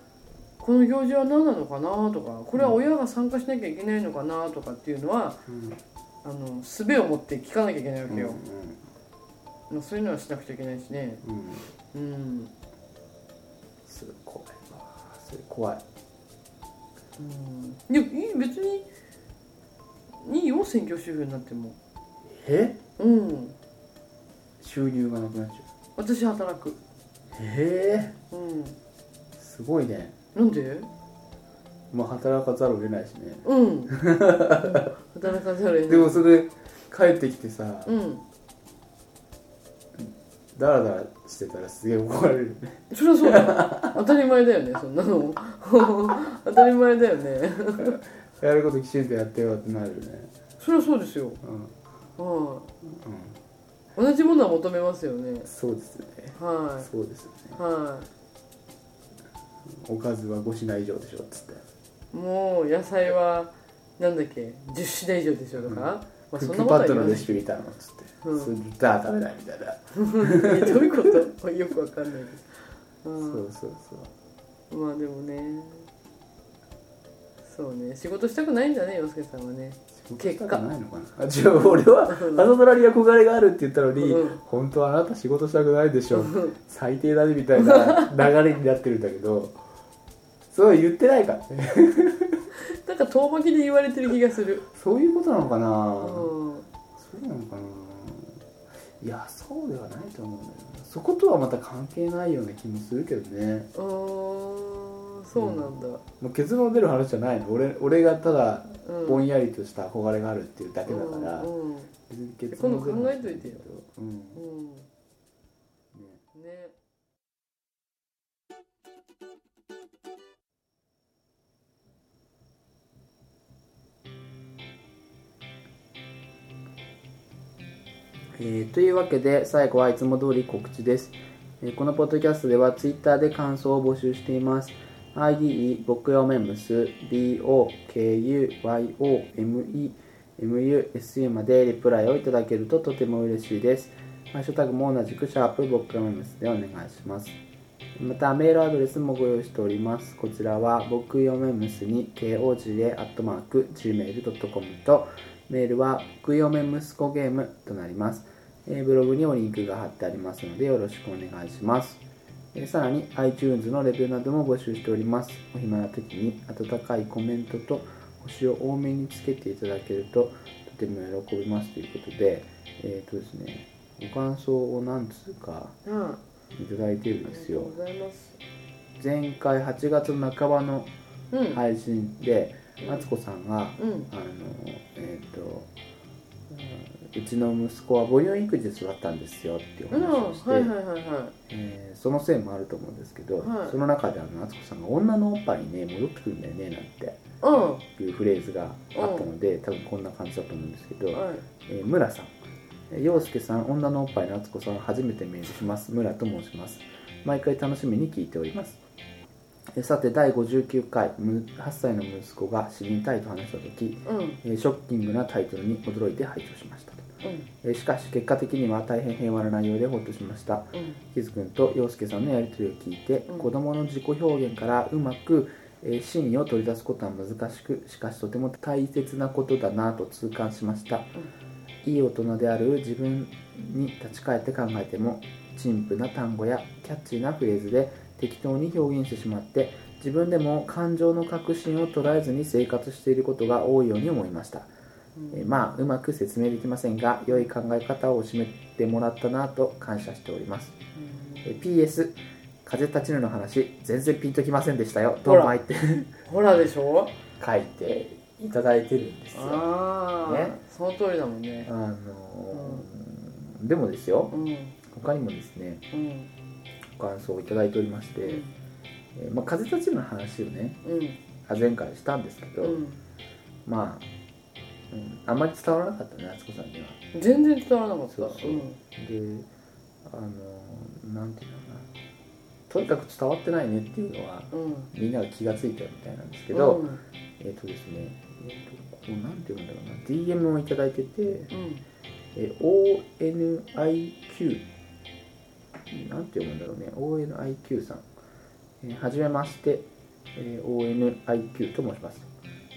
[SPEAKER 4] この行事は何なのかなとかこれは親が参加しなきゃいけないのかなとかっていうのは、
[SPEAKER 3] うん
[SPEAKER 4] あの術を持って聞かなきゃいけないわ
[SPEAKER 3] うん
[SPEAKER 4] けよ、まあそういうのはしなくちゃいけないしね
[SPEAKER 3] うんうん
[SPEAKER 4] うん、
[SPEAKER 3] すごい怖いわそれ怖い
[SPEAKER 4] うん、でもいい別にいいよ専業主婦になっても
[SPEAKER 3] え
[SPEAKER 4] うん
[SPEAKER 3] 収入がなくなっちゃう
[SPEAKER 4] 私働く
[SPEAKER 3] え
[SPEAKER 4] うん
[SPEAKER 3] えすごいね
[SPEAKER 4] なんで
[SPEAKER 3] まあ働かざるを得ないしね
[SPEAKER 4] う ん働かざるを得ない
[SPEAKER 3] でもそれ帰ってきてさ
[SPEAKER 4] うん
[SPEAKER 3] ダラダラしてたらすげえ怒られるよね
[SPEAKER 4] それはそうだよ当たり前だよねそん なの当たり前だよね
[SPEAKER 3] やることきちんとやってよってなるよね
[SPEAKER 4] それはそうですよ、
[SPEAKER 3] うんうん
[SPEAKER 4] はい同じものは求めますよね
[SPEAKER 3] そうですよね
[SPEAKER 4] は
[SPEAKER 3] そうですよね
[SPEAKER 4] いは
[SPEAKER 3] おかずは5品以上でしょっつって
[SPEAKER 4] いもう野菜はなんだっけ10品以上でしょとか、まあ
[SPEAKER 3] ク
[SPEAKER 4] そ
[SPEAKER 3] ッ
[SPEAKER 4] んな
[SPEAKER 3] ク
[SPEAKER 4] こ
[SPEAKER 3] パ
[SPEAKER 4] とは
[SPEAKER 3] ッドの
[SPEAKER 4] 言わな
[SPEAKER 3] レ
[SPEAKER 4] い
[SPEAKER 3] シピ見たのっつって
[SPEAKER 4] うん
[SPEAKER 3] それじゃあ食べないみたいな
[SPEAKER 4] え どういうことよくわかんないけ
[SPEAKER 3] そ
[SPEAKER 4] ど、
[SPEAKER 3] ううんそうそう
[SPEAKER 4] まあでもねそうね仕事したくないんだね洋介さんはね
[SPEAKER 3] 結果ないのかなあ違う俺は朝ドラに憧れがあるって言ったのに、
[SPEAKER 4] うん
[SPEAKER 3] 本当はあなた仕事したくないでしょ最低だねみたいな流れになってるんだけどそう言ってないからね
[SPEAKER 4] なんか遠巻きで言われてる気がする
[SPEAKER 3] そういうことなのかな、
[SPEAKER 4] うん
[SPEAKER 3] そうなのかないやそうではないと思うんだよなそことはまた関係ないような気もするけどね
[SPEAKER 4] あーそうなんだ、
[SPEAKER 3] もう結論出る話じゃないの俺俺がただ
[SPEAKER 4] うん
[SPEAKER 3] ぼんやりとした憧れがあるっていうだけだから、
[SPEAKER 4] うんうん
[SPEAKER 3] 別に結論出る話じゃないけど、うん
[SPEAKER 4] うん
[SPEAKER 3] ね
[SPEAKER 4] ね
[SPEAKER 3] えーというわけで最後はいつも通り告知です、えーこのポッドキャストではツイッターで感想を募集しています IDE 僕よメムス BOKUYOMEMUSU までリプライをいただけるととても嬉しいですハッシュタグも同じくシャープ僕よメムスでお願いしますまたメールアドレスもご用意しておりますこちらは僕よめむすに koga.gmail.com とメールは僕よめ息子ゲームとなります、えーブログにもリンクが貼ってありますのでよろしくお願いします、えーさらに iTunes のレビューなども募集しておりますお暇な時に温かいコメントと星を多めにつけていただけるととても喜びますということでえっ、とですねご感想を何通か
[SPEAKER 4] あ
[SPEAKER 3] いただいてるん
[SPEAKER 4] あ
[SPEAKER 3] で
[SPEAKER 4] りが
[SPEAKER 3] す
[SPEAKER 4] と
[SPEAKER 3] よ
[SPEAKER 4] うございます
[SPEAKER 3] 前回8月の半ばの
[SPEAKER 4] うん、
[SPEAKER 3] 配信で夏子さんが、
[SPEAKER 4] うん
[SPEAKER 3] あのえっ、とうんうちの息子は母乳育児で育ったんですよっていう
[SPEAKER 4] うん、
[SPEAKER 3] 話をして、
[SPEAKER 4] はいはいはいは
[SPEAKER 3] えーそのせいもあると思うんですけど、
[SPEAKER 4] はい
[SPEAKER 3] その中であの夏子さんが「女のおっぱいにね戻ってくるんだよね」なんて
[SPEAKER 4] いうん
[SPEAKER 3] いうフレーズがあったので、多分こんな感じだと思うんですけど、
[SPEAKER 4] はい
[SPEAKER 3] えー村さん、えー陽介さん、女のおっぱいの敦子さん、初めてメールします。村と申します。毎回楽しみに聞いております。えーさて、第59回、む8歳の息子が死にたいと話したとき、
[SPEAKER 4] うんうん
[SPEAKER 3] えーショッキングなタイトルに驚いて拝聴しました。えーしかし、結果的には大変平和な内容でほっとしました。
[SPEAKER 4] うん
[SPEAKER 3] キズ君と陽介さんのやり取りを聞いて、
[SPEAKER 4] うん
[SPEAKER 3] 子どもの自己表現からうまく、えー真意を取り出すことは難しくしかしとても大切なことだなと痛感しました、いい大人である自分に立ち返って考えても陳腐な単語やキャッチーなフレーズで適当に表現してしまって自分でも感情の確信を捉えずに生活していることが多いように思いましたえーまあうまく説明できませんが良い考え方を示してもらったなと感謝しておりますえー PS 風立ちぬの話全然ピンときませんでしたよどうもいって
[SPEAKER 4] ほらでしょ
[SPEAKER 3] 書いていただいてるんですよ
[SPEAKER 4] ああ、
[SPEAKER 3] ね
[SPEAKER 4] その通りだもんね
[SPEAKER 3] あのーでもですよ
[SPEAKER 4] うんうん
[SPEAKER 3] 他にもですねご感想をいただいておりまして、えーまあ、風立ちぬの話をね
[SPEAKER 4] うん
[SPEAKER 3] あ前回したんですけど、
[SPEAKER 4] うん
[SPEAKER 3] まあ、うん、あんまり伝わらなかったね敦子さんには
[SPEAKER 4] 全然伝わらなかった
[SPEAKER 3] そうそうであのーなんていうのかなとにかく伝わってないねっていうのは
[SPEAKER 4] うんうん
[SPEAKER 3] みんなが気がついたみたいなんですけど、
[SPEAKER 4] うん
[SPEAKER 3] えっ、とですね、えー、とこうなんて言うんだろうな、DM をいただいてて、
[SPEAKER 4] うん
[SPEAKER 3] えー ONIQ、なんて読むんだろうね、ONIQ さん、えーはじめまして、えー ONIQ と申します。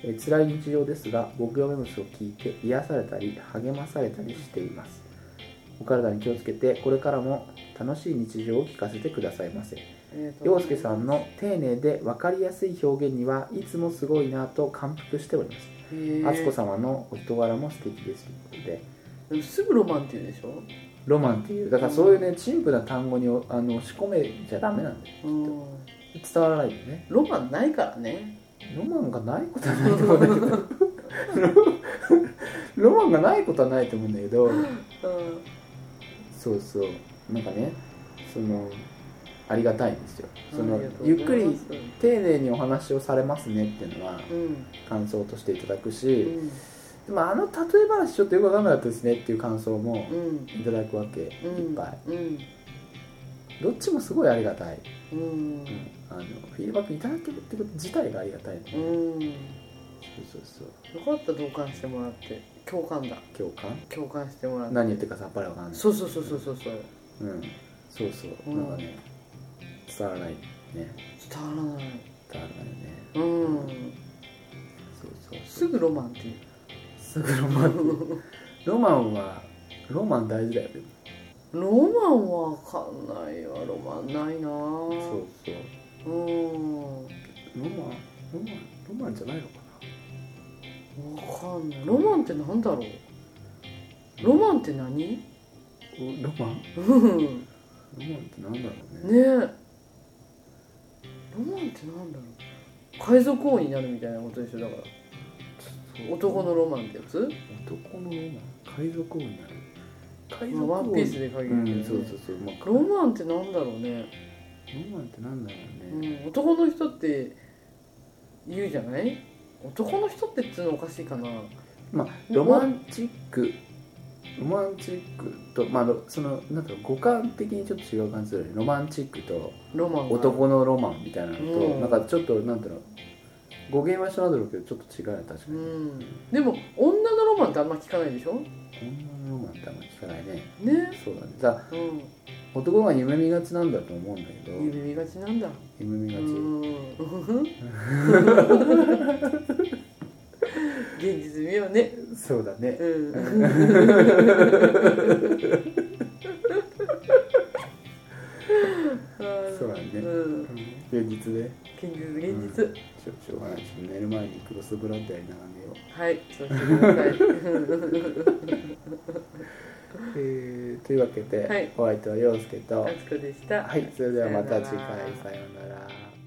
[SPEAKER 3] えー辛い日常ですが、僕がメムスを聞いて癒されたり、励まされたりしています。お体に気をつけて、これからも楽しい日常を聞かせてくださいませ。
[SPEAKER 4] えーと
[SPEAKER 3] 陽介さんの丁寧で分かりやすい表現にはいつもすごいなと感服しております
[SPEAKER 4] へー
[SPEAKER 3] 敦子様のお人柄も素敵ですということです
[SPEAKER 4] ぐロマンって言うでしょ
[SPEAKER 3] ロマンっていうだからそういうね陳腐な単語にあの押し込めちゃダメなんだよ
[SPEAKER 4] うん
[SPEAKER 3] 伝わらないよね
[SPEAKER 4] ロマンないからね
[SPEAKER 3] ロマンがないことはないと思うんだけど ロマンがないことはないと思うんだけど
[SPEAKER 4] うん
[SPEAKER 3] そうそうなんかねそのありがたいんですよそ
[SPEAKER 4] あ
[SPEAKER 3] の
[SPEAKER 4] りがとう
[SPEAKER 3] ゆ
[SPEAKER 4] ご
[SPEAKER 3] っ
[SPEAKER 4] ざ
[SPEAKER 3] く
[SPEAKER 4] いま
[SPEAKER 3] り
[SPEAKER 4] す
[SPEAKER 3] 丁寧にお話をされますねっていうのは
[SPEAKER 4] うん
[SPEAKER 3] 感想としていただくし、
[SPEAKER 4] うん
[SPEAKER 3] でもあの例え話ちょっとよくわかんなかったですねっていう感想も
[SPEAKER 4] うん
[SPEAKER 3] いただくわけ、
[SPEAKER 4] うん
[SPEAKER 3] いっぱい
[SPEAKER 4] うん
[SPEAKER 3] どっちもすごいありがたい、
[SPEAKER 4] うん
[SPEAKER 3] あのフィードバックいただけるってこと自体がありがたい、
[SPEAKER 4] う
[SPEAKER 3] そうん
[SPEAKER 4] よ
[SPEAKER 3] そうそう
[SPEAKER 4] かった同感してもらって共感だ
[SPEAKER 3] 共感
[SPEAKER 4] 共感してもらって
[SPEAKER 3] 何言ってるかさっぱりわかんない
[SPEAKER 4] そうそうそうそうそうそう
[SPEAKER 3] う,、ん、そうそう、
[SPEAKER 4] うん
[SPEAKER 3] なんかね伝わらないね
[SPEAKER 4] 伝わらない
[SPEAKER 3] 伝わらないよね
[SPEAKER 4] うん
[SPEAKER 3] そうそう
[SPEAKER 4] すぐロマンっていう
[SPEAKER 3] すぐロマンって ロマンはロマン大事だよね
[SPEAKER 4] ロマンはわかんないわロマンないな
[SPEAKER 3] そう
[SPEAKER 4] ぁ
[SPEAKER 3] そう
[SPEAKER 4] うんわ
[SPEAKER 3] ロマンロマンロマンじゃないのか
[SPEAKER 4] かんないロマンってなんだろうロマンって
[SPEAKER 3] な
[SPEAKER 4] 何
[SPEAKER 3] ロマン
[SPEAKER 4] うんね
[SPEAKER 3] ロマンってなんだろうね
[SPEAKER 4] えロマンってなんだろう海賊王になるみたいなことでしょだから
[SPEAKER 3] そう
[SPEAKER 4] 男のロマンってやつ
[SPEAKER 3] 男のロマン海賊王になる海
[SPEAKER 4] まあワンピースで限
[SPEAKER 3] う
[SPEAKER 4] るけどね
[SPEAKER 3] んそうそうそう、まあ、
[SPEAKER 4] ロマンってなんだろうね、
[SPEAKER 3] ロマンってなんだろ
[SPEAKER 4] う
[SPEAKER 3] うね、
[SPEAKER 4] ん、男の人って言うじゃない男の人ってっつうのおかしいかな
[SPEAKER 3] まあロマンチックロマンチックとまあロそのなんか五感的にちょっと違う感じするよねロマンチックと
[SPEAKER 4] ロマンが
[SPEAKER 3] 男のロマンみたいなのと、
[SPEAKER 4] うん
[SPEAKER 3] なんかちょっとなんていうの語源は一緒なんだろうけどちょっと違うね確か
[SPEAKER 4] う
[SPEAKER 3] に、
[SPEAKER 4] んでも女のロマンってあんま聞かないでしょ
[SPEAKER 3] 女のロマンってあんま聞かないね
[SPEAKER 4] ね
[SPEAKER 3] そうだねさ
[SPEAKER 4] うん
[SPEAKER 3] 男が夢見がちなんだと思うんだけど
[SPEAKER 4] 指見がちなんだ
[SPEAKER 3] 夢見が
[SPEAKER 4] う
[SPEAKER 3] ち、
[SPEAKER 4] ん現実見ようね
[SPEAKER 3] そうだね
[SPEAKER 4] うん
[SPEAKER 3] そうだね
[SPEAKER 4] うん
[SPEAKER 3] 現実で
[SPEAKER 4] 現実現実
[SPEAKER 3] しょしょうがないちょっと寝る前にクロスブラッドやりながら寝よう
[SPEAKER 4] はいそうしてください
[SPEAKER 3] えーというわけで、
[SPEAKER 4] はい
[SPEAKER 3] お相手は陽介と
[SPEAKER 4] あつこでした
[SPEAKER 3] はいそれではまた次回
[SPEAKER 4] さよなら
[SPEAKER 3] さようなら